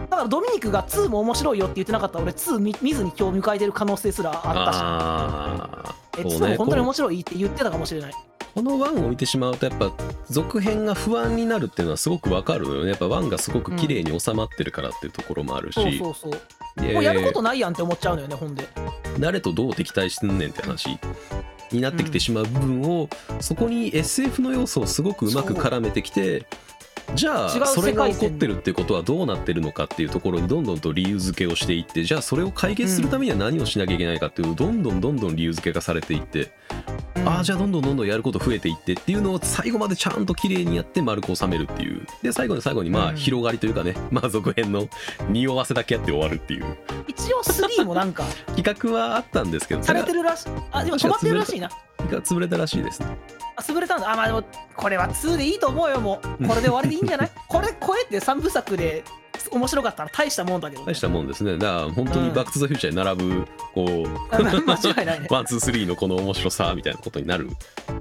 Speaker 1: だからドミニクが2も面白いよって言ってなかったら俺2見見ずに興味変えてる可能性すらあったし
Speaker 2: あ
Speaker 1: え
Speaker 2: あ
Speaker 1: 2も本当に面白いって言ってたかもしれない
Speaker 2: この1を見てしまうとやっぱ続編が不安になるっていうのはすごくわかるのよねやっぱ1がすごく綺麗に収まってるからっていうところもあるし、
Speaker 1: そうそうそう
Speaker 2: で
Speaker 1: もうやることないやんって思っちゃうのよね、ほんで。
Speaker 2: 誰とどう敵対してんねんって話になってきてしまう部分を、そこに SF の要素をすごくうまく絡めてきてじゃ
Speaker 1: 違う
Speaker 2: あそれが
Speaker 1: 世界
Speaker 2: 起こ
Speaker 1: 線
Speaker 2: ってるってことはどうなってるのかっていうところにどんどんと理由付けをしていってじゃあそれを解決するためには何をしなきゃいけないかっていうどんどんどんどん理由付けがされていってああじ
Speaker 1: ゃ
Speaker 2: ゃあどんどんどんどんやること増えていってっていうのを最後までちゃんと綺麗にやって丸く収めるっていうで最後の最後に
Speaker 1: う
Speaker 2: まあ
Speaker 1: ん
Speaker 2: 広がりというかねまあ続編の 匂わせだけやって終わるっていう
Speaker 1: 一応3もなんか、
Speaker 2: 企画はあったんですけど そ
Speaker 1: さ
Speaker 2: れ
Speaker 1: れ
Speaker 2: は
Speaker 1: てるらしい。あ、でも止まってるらしいな。
Speaker 2: が潰れたらしいですね
Speaker 1: あ、潰れたんだ。あ、まあでも、これは2でいいと思うよ、もう。これで終わりでいいんじゃないこれ超えて3部作で面白かったら大したもんだけど、ね。
Speaker 2: 大したもんですねだから本当に
Speaker 1: うん
Speaker 2: バック・トゥ・ザ・フューチャーに並ぶこう。
Speaker 1: あまあ 間違いないね
Speaker 2: ワンツースリーのこの面白さみたいなことになる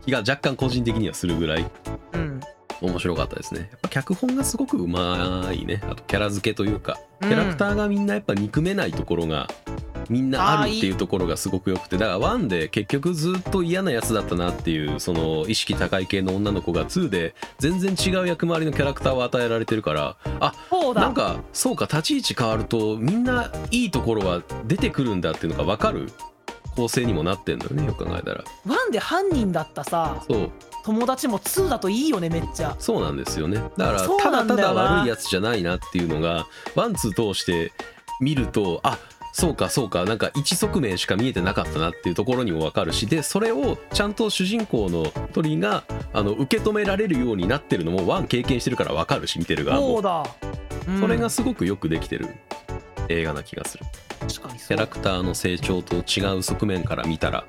Speaker 2: 気が若干個人的にはするぐらい
Speaker 1: うん。
Speaker 2: 面白かったですねやっぱ脚本がすごくうまいねあとキャラ付けというかキャラクターがみんなやっぱ憎めないところがみんなあるっていうところがすごく良くてだからワンで結局ずっと嫌なやつだったなっていうその意識高い系の女の子がツーで全然違う役回りのキャラクターを与えられてるからあ
Speaker 1: そうだ。
Speaker 2: なんかそうか立ち位置変わるとみんないいところは出てくるんだっていうのが分かる構成にもなってんのよねよく考えたら
Speaker 1: 1で犯人だったさ、
Speaker 2: そう
Speaker 1: 友達も2だといいよね、めっちゃ。
Speaker 2: そうなんですよねだから
Speaker 1: そう
Speaker 2: た
Speaker 1: な
Speaker 2: だ
Speaker 1: んだ
Speaker 2: た
Speaker 1: よな
Speaker 2: だ悪いやつじゃないなっていうのがワンツー通して見るとあそうかそうかなんか一側面しか見えてなかったなっていうところにも分かるしでそれをちゃんと主人公の鳥があの受け止められるようになってるのもワン経験してるから分かるし見てる側
Speaker 1: そう
Speaker 2: も
Speaker 1: だ。うん
Speaker 2: それがすごくよくできてる映画な気がする。
Speaker 1: 確かに
Speaker 2: キ
Speaker 1: そ
Speaker 2: ャラ
Speaker 1: う。
Speaker 2: クターの成長と違う側面から見たら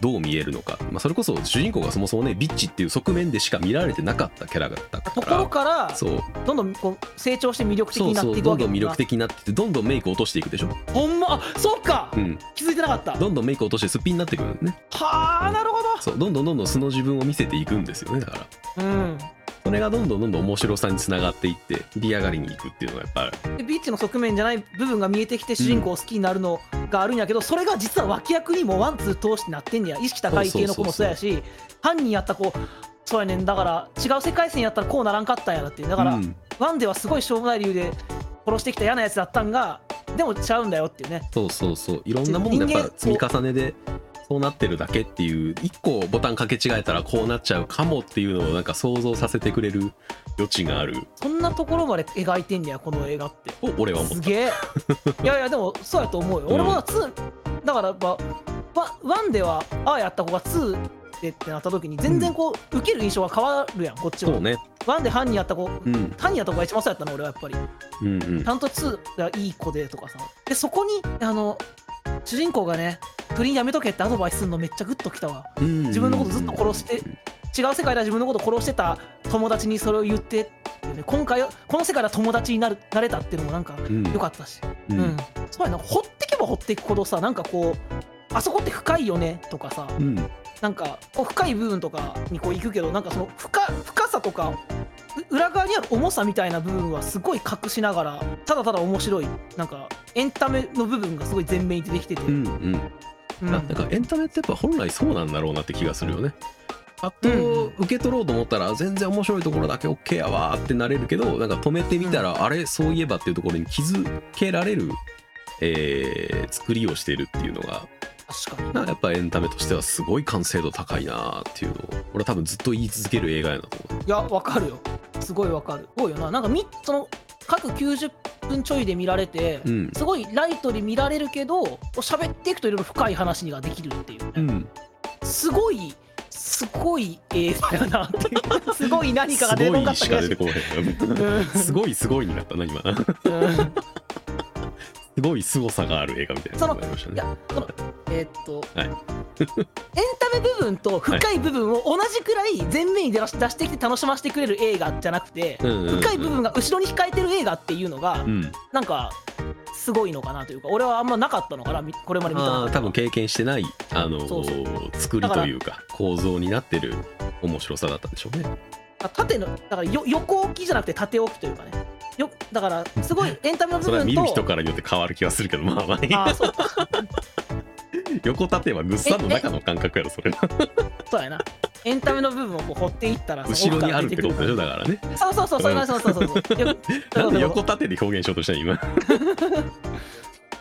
Speaker 2: どう見えるのか、まあ、それこそ主人公がそもそもねビッチっていう側面でしか見られてなかったキャラだった
Speaker 1: とこ
Speaker 2: か
Speaker 1: ろ
Speaker 2: ら
Speaker 1: から、
Speaker 2: そう
Speaker 1: どんどんこう成長して魅力的
Speaker 2: そ
Speaker 1: に
Speaker 2: う
Speaker 1: なっ
Speaker 2: そ
Speaker 1: て
Speaker 2: う
Speaker 1: いく
Speaker 2: ど
Speaker 1: わ
Speaker 2: ん
Speaker 1: け
Speaker 2: どん魅
Speaker 1: だ
Speaker 2: 力的になってってどんどんメイク落としていくでしょ、
Speaker 1: ほんま、あ、そっか
Speaker 2: うん、
Speaker 1: 気づいてなかった。
Speaker 2: どんどんメイク落としてスピンになってくるのね
Speaker 1: はあ、なるほど。
Speaker 2: そうどんどんどんどん素の自分を見せていくんですよねだか
Speaker 1: う
Speaker 2: ら
Speaker 1: ん、
Speaker 2: それがどんどんどんどん面白さにつながっていって利上がりにいくっていうのがやっぱり
Speaker 1: でビーチの側面じゃない部分が見えてきて主人公を好きになるのがあるんやけど、それが実は脇役にもワンツー通してなってんねや意識高い系の子もそうやし犯人やった子そうやねんだから違う世界線やったらこうならんかったんやなってだから、
Speaker 2: うん
Speaker 1: ワンではすごいしょうもない理由で殺してきた嫌なやつだったんがでもちゃうんだよっていうね
Speaker 2: そうそうそういろんなもんがやっぱ積み重ねでそうなってるだけっていう一個ボタンかけ違えたらこうなっちゃうかもっていうのをなんか想像させてくれる余地がある
Speaker 1: そんなところまで描いてんねやこの映画って
Speaker 2: と俺は思っ
Speaker 1: す
Speaker 2: た
Speaker 1: げえいやいやでもそうやと思うよ、
Speaker 2: うん
Speaker 1: 俺も2だからやっぱワ1ではああやった子が2でってなった時に全然こう、受ける印象が変わるやんこっち
Speaker 2: そう
Speaker 1: は、
Speaker 2: ね
Speaker 1: ワ1で犯人やった子
Speaker 2: うん
Speaker 1: 犯人やった子が一番そうやったの俺はやっぱりち
Speaker 2: うんうん
Speaker 1: ゃんと2がいい子でとかさでそこにあの主人公がね不倫やめとけってアドバイスするのめっちゃグッときたわ
Speaker 2: うん
Speaker 1: 自分のことずっと殺して違う世界では自分のこと殺してた友達にそれを言ってってね今回はこの世界では友達になるなれたっていうのもなんか
Speaker 2: うん
Speaker 1: 良かったし
Speaker 2: う
Speaker 1: うんん、そうやな掘ってけば掘っていくほどさなんかこうあそこって深いよねとかさ
Speaker 2: うん
Speaker 1: なんかこう深い部分とかにこう行くけどなんかその深深さとかう裏側にある重さみたいな部分はすごい隠しながらただただ面白いなんかエンタメの部分がすごい全面に出てきてて、
Speaker 2: うんうんな
Speaker 1: うん
Speaker 2: なんかエンタメってやっぱ本来そうなんだろうなって気がするよねパッと受け取ろうと思ったら全然面白いところだけ OK やわーってなれるけどなんか止めてみたらあれそういえばっていうところに気づけられるえー作りをしてるっていうのが
Speaker 1: 確かに
Speaker 2: なやっぱエンタメとしてはすごい完成度高いなっていうのを俺は多分ずっと言い続ける映画やなと思
Speaker 1: いやわかるよすごいわかるすごいよななんかみその各90分ちょいで見られて、
Speaker 2: ううん
Speaker 1: すごいライトで見られるけどこう喋っていくといろいろ深い話ができるっていうね、
Speaker 2: うん
Speaker 1: すごい、すごい映画やなって いう。すごい何かが
Speaker 2: す
Speaker 1: 出て
Speaker 2: ご
Speaker 1: こなか
Speaker 2: い
Speaker 1: った
Speaker 2: し
Speaker 1: 気が
Speaker 2: か
Speaker 1: し
Speaker 2: 出てこないすごいすごいになったな今 す
Speaker 1: うんうん
Speaker 2: ごい凄さがある映画みたいなのになりました
Speaker 1: い
Speaker 2: ね
Speaker 1: や、そのえーっと、
Speaker 2: はい
Speaker 1: エンタメ部分と深い部分を同じくらい前面に出らし出してきて楽しませてくれる映画じゃなくて、
Speaker 2: うんうんうん
Speaker 1: 深い部分が後ろに控えてる映画っていうのが、
Speaker 2: うん
Speaker 1: なんか、すごいのかなというか、俺はあんまなかったのかな、みこれまで見た
Speaker 2: あ
Speaker 1: の
Speaker 2: ー多分経験してないあのー
Speaker 1: そうそ
Speaker 2: 作りというか構造になってる面白さだったんでしょうね
Speaker 1: あ縦の、だからよ横置きじゃなくて縦置きというかね。よだから、すご いエンタメの部
Speaker 2: それは
Speaker 1: 分
Speaker 2: 見る人
Speaker 1: と、
Speaker 2: からによって変わる気がするけどまあまあいい
Speaker 1: ああ、そう
Speaker 2: 横立てはぐっさの中の感覚やろそれは
Speaker 1: そうやな。エンタメの部分をこう掘っていったら、そ
Speaker 2: 後
Speaker 1: の奥
Speaker 2: ろに
Speaker 1: か
Speaker 2: あ
Speaker 1: ら
Speaker 2: るっ
Speaker 1: 出
Speaker 2: て
Speaker 1: く
Speaker 2: こ
Speaker 1: る
Speaker 2: とでしょだからね
Speaker 1: そうそうそう、そううんそうそうそうそう。よ
Speaker 2: なんで
Speaker 1: そうそ
Speaker 2: 横
Speaker 1: う
Speaker 2: 立てで表現しようとしたの今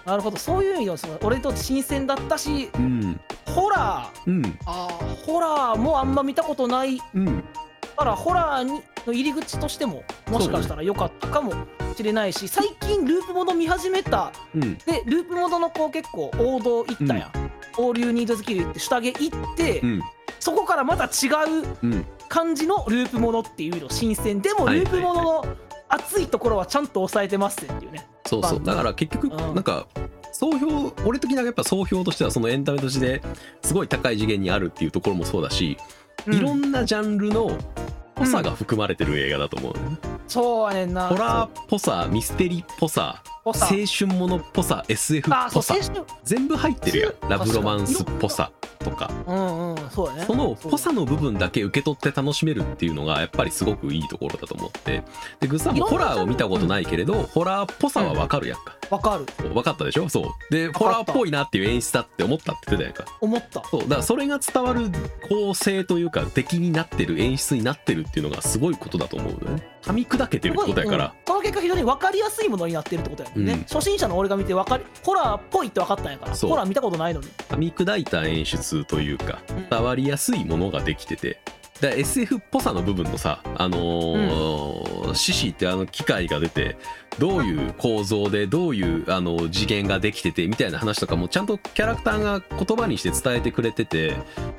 Speaker 1: なるほど、そういう意味でもその、俺にとって新鮮だったし、
Speaker 2: うん
Speaker 1: ホラー、
Speaker 2: うん
Speaker 1: あーホラーもあんま見たことないか
Speaker 2: うん
Speaker 1: ら、ホラーにの入り口としても、もしかしたら良かったかもしれないし、最近、ループもの見始めた、
Speaker 2: うん
Speaker 1: で、ループもののこう結構王道行ったや、ん。オールユニードスキル行って、下着行って、
Speaker 2: うん
Speaker 1: そこからまた違う
Speaker 2: うん
Speaker 1: 感じのループものっていうの新鮮でも
Speaker 2: はい
Speaker 1: ル
Speaker 2: はい
Speaker 1: ープものの熱いところはちゃんと抑えてますぜっていうね
Speaker 2: そうそうだから結局
Speaker 1: うん
Speaker 2: なんか総評俺的なやっぱ総評としてはそのエンタメとしてすごい高い次元にあるっていうところもそうだし、いろ
Speaker 1: うん
Speaker 2: んなジャンルの濃さが含まれてる映画だと思う、
Speaker 1: そうやねんな
Speaker 2: ホラーっぽさミステリーっぽさ
Speaker 1: そう
Speaker 2: 青春ものっぽさ SF
Speaker 1: あ
Speaker 2: っ
Speaker 1: そ
Speaker 2: ぽ
Speaker 1: う
Speaker 2: さ
Speaker 1: 青春
Speaker 2: 全部入ってる
Speaker 1: 確
Speaker 2: や
Speaker 1: か
Speaker 2: ん
Speaker 1: に
Speaker 2: ラブロマンスっぽさとか
Speaker 1: うんうんそうやね
Speaker 2: そのぽ
Speaker 1: そ
Speaker 2: さの部分だけ受け取って楽しめるっていうのがやっぱりすごくいいところだと思ってでグッさんもホラーを見たことないけれどホラーっぽさはわかるやんか、
Speaker 1: うわかる
Speaker 2: 分かったでしょそうで
Speaker 1: かった
Speaker 2: ホラーっぽいなっていう演出だって思ったって言ってたやんか
Speaker 1: 思った
Speaker 2: そうだからそれが伝わる構成というか敵になってる演出になってるっていうのがすごいことだと思うのよね噛み砕けてるってことやか
Speaker 1: うん
Speaker 2: ら、
Speaker 1: その結果非常に分かりやすいものになってるってことやもんね、
Speaker 2: うん
Speaker 1: 初心者の俺が見て分かりホラーっぽいって分かったんやから
Speaker 2: そう
Speaker 1: ホラー見たことないのに
Speaker 2: 噛み砕いた演出というか
Speaker 1: うん
Speaker 2: 伝わりやすいものができててだから SF っぽさの部分のさあのーシシってあの機械が出てどういう構造でどういうあの次元ができててみたいな話とかもちゃんとキャラクターが言葉にして伝えてくれてて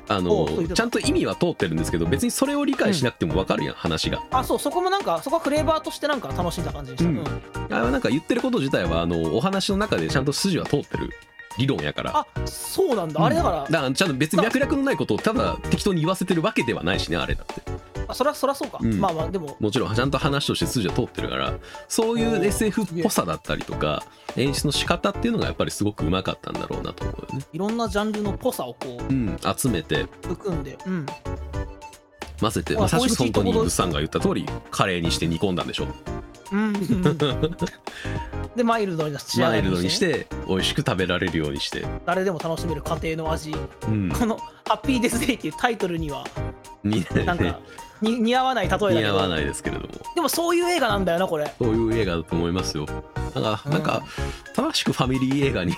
Speaker 2: あ
Speaker 1: お
Speaker 2: の
Speaker 1: うそう言ってた
Speaker 2: ちゃんと意味は通ってるんですけど別にそれを理解しなくても分かるやん話が
Speaker 1: あそうそこもなんかそこはフレーバーとしてなんか楽しんだ感じでした、
Speaker 2: うん
Speaker 1: うん
Speaker 2: あれはなんか言ってること自体はあのお話の中でちゃんと筋は通ってる理論やから
Speaker 1: あそうなんだ、あれだから
Speaker 2: だからちゃんと別に脈絡のないことをただ適当に言わせてるわけではないしねあれだって
Speaker 1: あそりゃそりゃそうか、
Speaker 2: うん
Speaker 1: まあまあでも
Speaker 2: もちろんちゃんと話として筋は通ってるからそうい
Speaker 1: お
Speaker 2: う
Speaker 1: ー
Speaker 2: SF っぽさだったりとか演出の仕方っていうのがやっぱりすごくうまかったんだろうなと思うよね。
Speaker 1: いろんなジャンルのぽさをこ
Speaker 2: うん、集めて
Speaker 1: う含んで、うん、
Speaker 2: 混ぜて、
Speaker 1: あ
Speaker 2: まあ、最初
Speaker 1: 美味しい
Speaker 2: 本
Speaker 1: と
Speaker 2: 当
Speaker 1: ころ
Speaker 2: にブッさんが言った通りカレーにして煮込んだんでしょ
Speaker 1: うん うん、でマイルドに仕上
Speaker 2: マ
Speaker 1: が
Speaker 2: イ
Speaker 1: り
Speaker 2: ルドに
Speaker 1: にし,、
Speaker 2: してて美味しく食べられるようにして、
Speaker 1: 誰でも楽しめる家庭の味こ
Speaker 2: うん、
Speaker 1: の「ハッピーデスデイ」っていうタイトルには
Speaker 2: 似
Speaker 1: なんかに似合わない例えだけど
Speaker 2: 似合わないですけれども
Speaker 1: でもそういう映画なんだよなこれ
Speaker 2: そういう映画だと思いますよなんか、
Speaker 1: うん
Speaker 2: なんか正しくファミリー映画に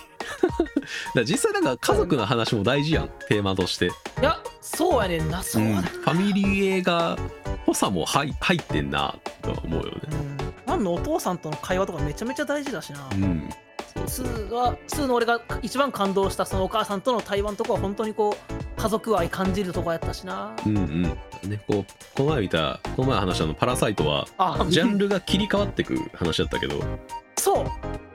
Speaker 2: ら実際なんか家族の話も大事やんテーマとして、
Speaker 1: いやそうやねんなそううだ
Speaker 2: ん、
Speaker 1: な、
Speaker 2: ファミリー映画っぽさも入入ってんなとは思うよね
Speaker 1: うん、ファンのお父さんとの会話とかめちゃめちゃ大事だしな、
Speaker 2: うんそうそう
Speaker 1: 2は2の俺が一番感動したそのお母さんとの対話のとこは本当にこう家族愛感じるとこやったしな、
Speaker 2: うんうんねこうこの前見たこの前話したあの「パラサイト」は
Speaker 1: あ
Speaker 2: ジャンルが切り替わってく話だったけど
Speaker 1: そう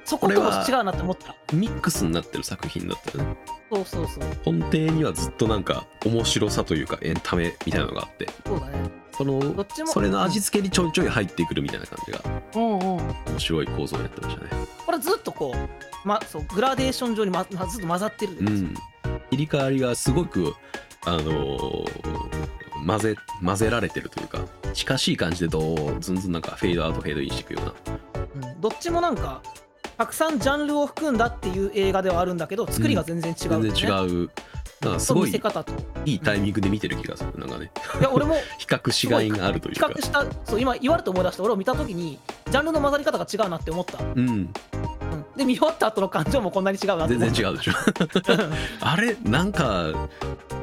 Speaker 1: そことも違うなって思った
Speaker 2: ミックスになってる作品だったよね
Speaker 1: そうそうそう
Speaker 2: 根底にはずっとなんか面白さというかエンタメみたいなのがあって
Speaker 1: そうだね
Speaker 2: その
Speaker 1: どっちも
Speaker 2: それの味付けにちょいちょい入ってくるみたいな感じが
Speaker 1: うんうん
Speaker 2: 面白い構造になってましたね
Speaker 1: これずっとこう,、ま、そうグラデーション上に、まま、ずっと混ざってるで
Speaker 2: う
Speaker 1: す、
Speaker 2: ん切り替わりがすごくあのー混ぜ混ぜられてるというか近しい感じでどうずんずんなんかフェードアウトフェードインしていくような
Speaker 1: うんどっちもなんかたくさんジャンルを含んだっていう映画ではあるんだけど作りが全然違う、ね
Speaker 2: 全然違
Speaker 1: う
Speaker 2: うなんかすご
Speaker 1: 見
Speaker 2: い
Speaker 1: せ方とい
Speaker 2: いいタイミングで見てる気がするなんかね
Speaker 1: や俺も
Speaker 2: 比較しがいがあるという
Speaker 1: 比
Speaker 2: か
Speaker 1: 較したそう今言われて思い出して俺を見た時にジャンルの混ざり方が違うなって思った、
Speaker 2: うん
Speaker 1: うんで見終わった後の感情もこんなに違うなって
Speaker 2: 全
Speaker 1: 思っ
Speaker 2: 然
Speaker 1: た
Speaker 2: 違うでしょ あれなんか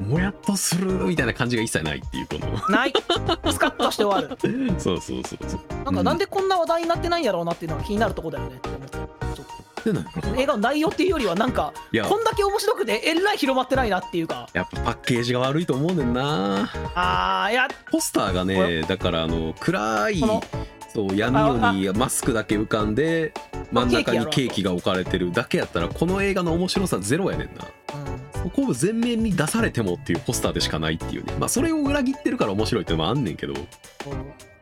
Speaker 2: もやっとするみたいな感じが一切ないっていうこの
Speaker 1: ないスカッとして終わる
Speaker 2: そうそうそうそう
Speaker 1: なんかなんでこんな話題になってないんやろうなっていうのが気になるとこだよねって思ってちょっ
Speaker 2: でなんか
Speaker 1: と映画の内容っていうよりはなんか
Speaker 2: いや
Speaker 1: こんだけ面白くてえらい広まってないなっていうか
Speaker 2: やっぱパッケージが悪いと思うねんな
Speaker 1: あーいや
Speaker 2: ポスターが
Speaker 1: こ
Speaker 2: ねだからあの暗い
Speaker 1: この
Speaker 2: そう闇夜にマスクだけ浮かん で真ん中にケーキが置かれてるだけやったらこの映画の面白さゼロやねんなそこを全面に出されてもっていうポスターでしかないっていうねまあそれを裏切ってるから面白いってのもあんねんけど
Speaker 1: うん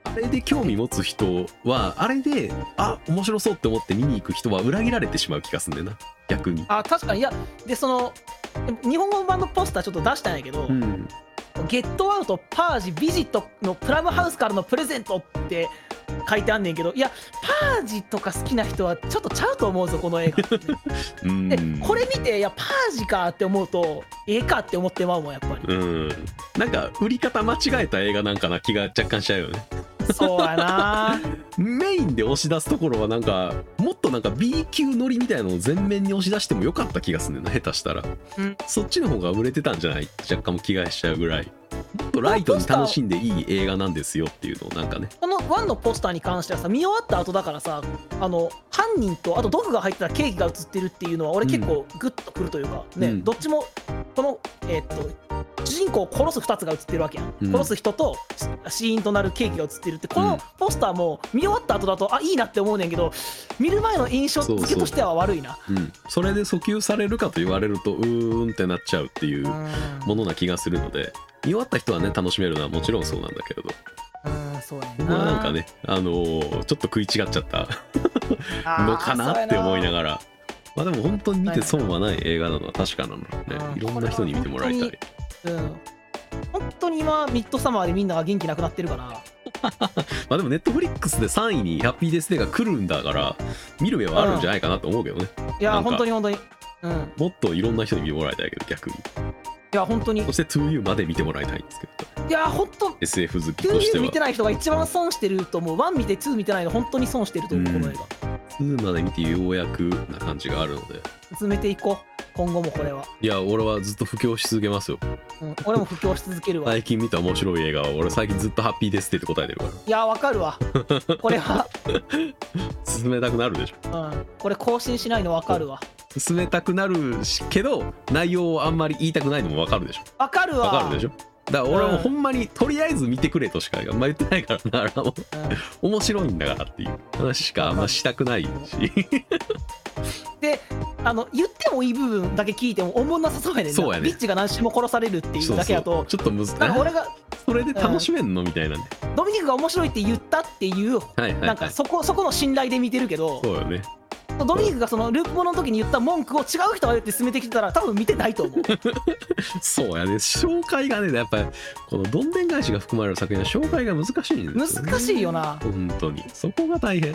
Speaker 2: あれで興味持つ人はあれであ面白そうって思って見に行く人は裏切られてしまう気がすんだよな逆に
Speaker 1: あ確かにいやでそのでも日本語版のポスターちょっと出したんやけど、
Speaker 2: うん
Speaker 1: ゲットアウト、パージ、ビジットのプラムハウスからのプレゼントって書いてあんねんけど、いや、パージとか好きな人はちょっとちゃうと思うぞ、この映画。
Speaker 2: うん
Speaker 1: で、これ見て、いや、パージかって思うと、ええかって思ってまうもん、やっぱ
Speaker 2: うんなんか売り方間違えた映画なんかな気が若干しちゃうよね
Speaker 1: り。そうやな。
Speaker 2: メインで押し出すところはなんかもっとなんか B 級乗りみたいなのを全面に押し出してもよかった気がするんだよな下手したら、
Speaker 1: うん
Speaker 2: そっちの方が売れてたんじゃない若干も気がしちゃうぐらいもっとライトに楽しんでいい映画なんですよっていうのをなんかね
Speaker 1: この1のポスターに関してはさ、見終わった後だからさ、あの、犯人と、あと毒が入ってたケーキが映ってるっていうのは、俺結構グッとくるというか、ね、
Speaker 2: うん
Speaker 1: どっちも、この、えーっと、主人公を殺す2つが映ってるわけやん、
Speaker 2: うん
Speaker 1: 殺す人とし死因となるケーキが映ってるってこ
Speaker 2: うん
Speaker 1: のポスターも見終わった後だとあいいなって思うねんけど見る前の印象付けとしては悪いな
Speaker 2: うんそれで訴求されるかと言われるとうーんってなっちゃうっていうものな気がするので見終わった人はね楽しめるのはもちろんそうなんだけれど
Speaker 1: うんうんそうやねん
Speaker 2: まあなんかねあのーちょっと食い違っちゃったのかなって思いな
Speaker 1: が
Speaker 2: がら。まあでも本当に見て損はない映画なのは確かなのでね
Speaker 1: う、ん
Speaker 2: いろんな人に見てもらいたい。
Speaker 1: ら、うん、本当に今ミッドサマーでみんなが元気なくなってるから
Speaker 2: まあでもネットフリックスで3位にハッピーデスデーが来るんだから、見る目はあるんじゃないかなと思うけどね。
Speaker 1: い
Speaker 2: な
Speaker 1: や
Speaker 2: んか
Speaker 1: 本当に本当にうんい
Speaker 2: もっといろんな人に見てもらいたいけど、逆に。
Speaker 1: や本当にい
Speaker 2: そして 2U まで見てもらいたいんですけど、
Speaker 1: や本当
Speaker 2: SF 好きとして
Speaker 1: 2U
Speaker 2: は
Speaker 1: 見てない人が一番損してると思う1見て2見てないの本当に損してると思う、この映画
Speaker 2: 2まで見てようやくな感じがあるので。
Speaker 1: 進めていこう今後もこれは、
Speaker 2: いや、俺はずっと布教し続けますよ。
Speaker 1: うん、俺も布教し続けるわ
Speaker 2: 最近見た面白い映画は、俺最近ずっとハッピーデスデーって答えてるから、
Speaker 1: いやわか るわこれは、
Speaker 2: 進めたくなるでしょ。
Speaker 1: うん、これ更新しないのわかるわ
Speaker 2: 進めたくなるしけど内容をあんまり言いたくないのもわかるでしょ
Speaker 1: わかるわ
Speaker 2: わかるでし
Speaker 1: ょ、
Speaker 2: ょだから俺はもう
Speaker 1: うん
Speaker 2: ほんまにとりあえず見てくれとしかあんま言ってないからなあの
Speaker 1: うん
Speaker 2: 面白いんだからっていう話しかあんましたくないし
Speaker 1: であの言ってもいい部分だけ聞いてもおもんなさそうやねんな
Speaker 2: そうやね
Speaker 1: ビッチが何しも殺されるっていうだけだ
Speaker 2: そうそ
Speaker 1: と
Speaker 2: うちょっと難しい
Speaker 1: なんか俺が
Speaker 2: それで楽しめんのみたいなね
Speaker 1: ドミニクが面白いって言ったっていう
Speaker 2: はいはい
Speaker 1: なん
Speaker 2: は
Speaker 1: か
Speaker 2: い
Speaker 1: そこそこの信頼で見てるけど
Speaker 2: そうよね
Speaker 1: ドミニクがそのループものの時に言った文句を違う人が言って進めてきてたら多分見てないと思 う
Speaker 2: そうやね紹介がねやっぱりこのどんでん返しが含まれる作品は紹介が難しいんですよね
Speaker 1: 難しいよな
Speaker 2: 本当にそこが大変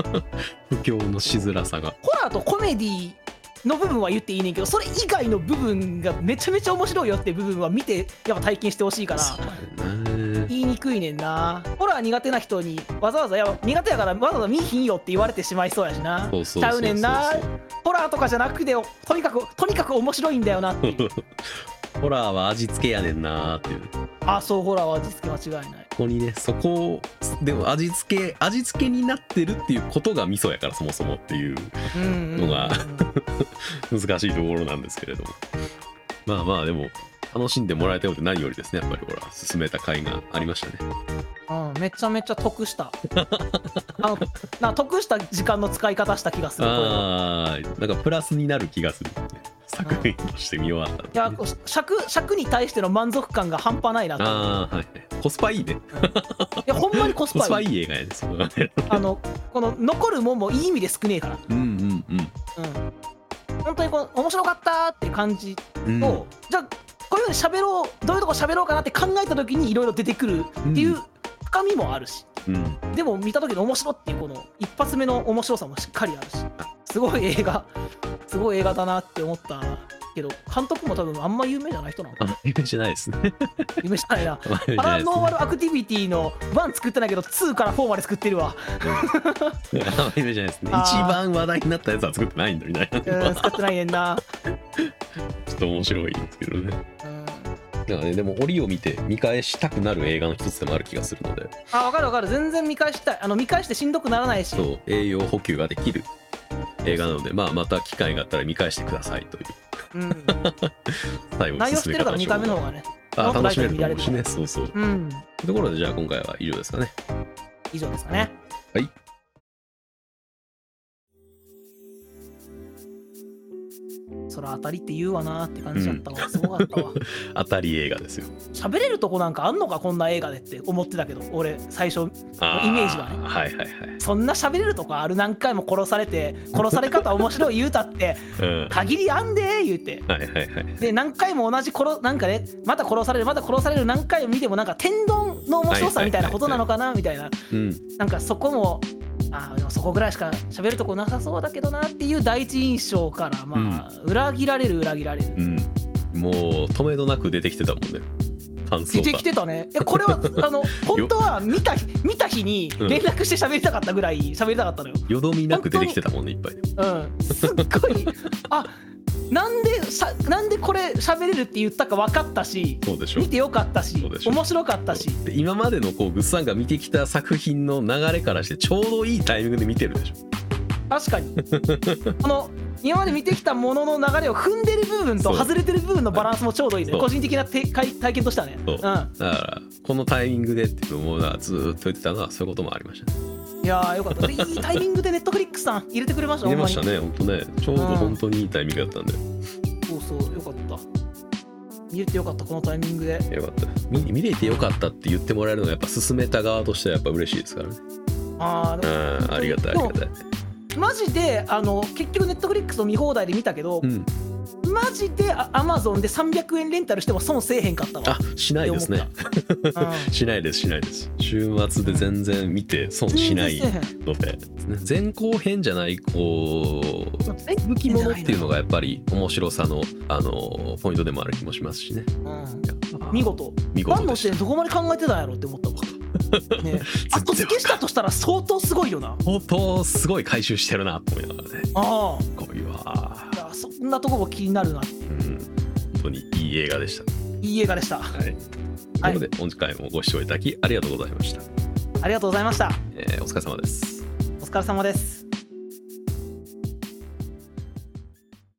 Speaker 2: 不況のしづらさが
Speaker 1: ホラーとコメディの部分は言っていいねんけどそれ以外の部分がめちゃめちゃ面白いよって部分は見てやっぱ体験してほしいから
Speaker 2: そうやねね
Speaker 1: 言いにくいねんなホラー苦手な人にわざわざいや苦手やからわざわざ見ひんよって言われてしまいそうやしな
Speaker 2: そうそ
Speaker 1: ち
Speaker 2: うそう
Speaker 1: ゃ
Speaker 2: そう
Speaker 1: ねんなホラーとかじゃなくてよとにかくとにかく面白いんだよなっていう
Speaker 2: ホラーは味付けやねんなーっていうこ
Speaker 1: あそうホラーは味付け間違いない
Speaker 2: こにねそこをでも味付け味付けになってるっていうことが味噌やからそもそもっていう
Speaker 1: うんうん
Speaker 2: のが難しいところなんですけれどもまあまあでも楽しんでもらえたようで何よりですねやっぱりほら進めた甲斐がありましたね
Speaker 1: うん、うんめちゃめちゃ得したあのな得した時間の使い方した気がするこれは
Speaker 2: あーなんかプラスになる気がする作品として見終わった
Speaker 1: いやこう尺尺に対しての満足感が半端ないなとい
Speaker 2: ああはいコスパいいね
Speaker 1: やほんまにコス
Speaker 2: コ
Speaker 1: パ
Speaker 2: スパ
Speaker 1: い
Speaker 2: い
Speaker 1: い
Speaker 2: い映画やねそこがね
Speaker 1: あのこの残るもんもいい意味で少ねえから
Speaker 2: うんうん
Speaker 1: うん本当にこう面白かったっていう感じ
Speaker 2: うん
Speaker 1: と、じゃあこういうふうに喋ろうどういうとこ喋ろうかなって考えた時にいろいろ出てくるっていう深みもあるし、
Speaker 2: うん、うん
Speaker 1: でも見た時の面白っていうこの一発目の面白さもしっかりあるしすごい映画すごい映画だなって思ったけど監督も多分あんま有名じゃない人なのか
Speaker 2: あん
Speaker 1: な
Speaker 2: まり夢じゃないですね。
Speaker 1: 有名じゃないな
Speaker 2: あんまり
Speaker 1: パ
Speaker 2: 夢じゃない
Speaker 1: ラ
Speaker 2: です
Speaker 1: ノ
Speaker 2: ね
Speaker 1: ーマルアクティビティの1作ってないけど2から4まで作ってるわ、
Speaker 2: あんまり夢じゃないですね。
Speaker 1: あー
Speaker 2: 一番話題になったやつは作ってないんだみたいな。
Speaker 1: うん、使ってないねんな、
Speaker 2: ちょっと面白いですけどね。
Speaker 1: うん、
Speaker 2: なんかね、でも折を見て見返したくなる映画の一つでもある気がするので、
Speaker 1: あ分かる分かる全然見返したいあの見返してしんどくならないし
Speaker 2: そう栄養補給ができる映画なので、まあ、また機会があったら見返してくださいという
Speaker 1: うん、
Speaker 2: 最後の
Speaker 1: 内容知っ
Speaker 2: 進
Speaker 1: てる
Speaker 2: め方
Speaker 1: から
Speaker 2: を
Speaker 1: 2
Speaker 2: し
Speaker 1: 回
Speaker 2: よう
Speaker 1: 目の方がね
Speaker 2: あ楽しめると思うし
Speaker 1: も
Speaker 2: ね、そうそう。と
Speaker 1: うん
Speaker 2: いうところでじゃあ今回は以上ですかね。
Speaker 1: 以上ですかねそら当たりって言うわなーって感じだったわ、すごかったわ
Speaker 2: 当たり映画ですよ。
Speaker 1: 喋れるとこなんかあんのかこんな映画でって思ってたけど俺最初
Speaker 2: あ
Speaker 1: イメージはね
Speaker 2: はいはいはい。
Speaker 1: そんな喋れるとこある何回も殺されて殺され方面白い言うたって
Speaker 2: うん。
Speaker 1: 限りあんでー言うて
Speaker 2: はいはいはい。
Speaker 1: で何回も同じ殺なんかねまた殺されるまた殺される何回も見てもなんか天丼の面白さみたいなことなのかなみたいな
Speaker 2: うん。
Speaker 1: なんかそこもあーでもそこぐらいしか喋るとこなさそうだけどなっていう第一印象からまあ、裏切られる裏切られる
Speaker 2: うん。もう止めどなく出てきてたもんね。感想
Speaker 1: 出
Speaker 2: が。
Speaker 1: てきてたねえこれ はあの本当は見た見た日に連絡して喋りたかったぐらい喋りたかったのよ、
Speaker 2: よどみなく出てきてたもんねいっぱい
Speaker 1: うん、すっご いあなんでさなんでこれ喋れるって言ったか分かったし
Speaker 2: そうでしょ
Speaker 1: 見てよかったし
Speaker 2: そうでしょ
Speaker 1: 面白かったし
Speaker 2: で今までのこうグッさんが見てきた作品の流れからしてちょうどいいタイミングで見てるでしょ
Speaker 1: 確 かにこの今まで見てきたものの流れを踏んでる部分と
Speaker 2: そう
Speaker 1: 外れてる部分のバランスもちょうどいいね
Speaker 2: そう
Speaker 1: 個人的なて体体験としてはね
Speaker 2: そう
Speaker 1: う
Speaker 2: だからこのタイミングでっていうのもだからずーっと言ってたのはそういうこともありましたね
Speaker 1: んいやーよかったでいいタイミングでネットフリックスさん入れてくれました
Speaker 2: 入れました
Speaker 1: ほん
Speaker 2: ね本当ねちょうど本当にいいタイミングだったんで、
Speaker 1: まにそうそうよかった入れてよかったこのタイミングで
Speaker 2: よかった見見れてよかったって言ってもらえるのはやっぱ進めた側としてはやっぱ嬉しいですからね
Speaker 1: ああ
Speaker 2: うんありがたいありがたい
Speaker 1: マジであの結局ネットフリックスの見放題で見たけど、
Speaker 2: うん
Speaker 1: マジでアマゾンで300円レンタルしても損せえへんかったわ
Speaker 2: あしないですね
Speaker 1: う
Speaker 2: しないですしないです週末で全然見て損 しない
Speaker 1: 全然せ
Speaker 2: ので前後編じゃないこう
Speaker 1: えへん
Speaker 2: 武器物っていうのがやっぱり面白さの、あのポイントでもある気もしますしね
Speaker 1: うん
Speaker 2: いや
Speaker 1: 見事
Speaker 2: 見
Speaker 1: ファ
Speaker 2: 事
Speaker 1: ンの
Speaker 2: で
Speaker 1: 視
Speaker 2: し
Speaker 1: 点どこまで考えてたんやろって思ったわ。ね、後付けしたとしたら相当すごいよな。
Speaker 2: 相当すごい回収してるなと思いながらね
Speaker 1: ああ
Speaker 2: すごいわ
Speaker 1: いや、そんなとこも気になるな。
Speaker 2: うん本当にいい映画でした
Speaker 1: いい映画でした。
Speaker 2: はいと
Speaker 1: は
Speaker 2: いう
Speaker 1: い
Speaker 2: ことで、今回もご視聴いただきありがとうございました、
Speaker 1: ありがとうございました。
Speaker 2: えーお疲れ様です
Speaker 1: お疲れ様です。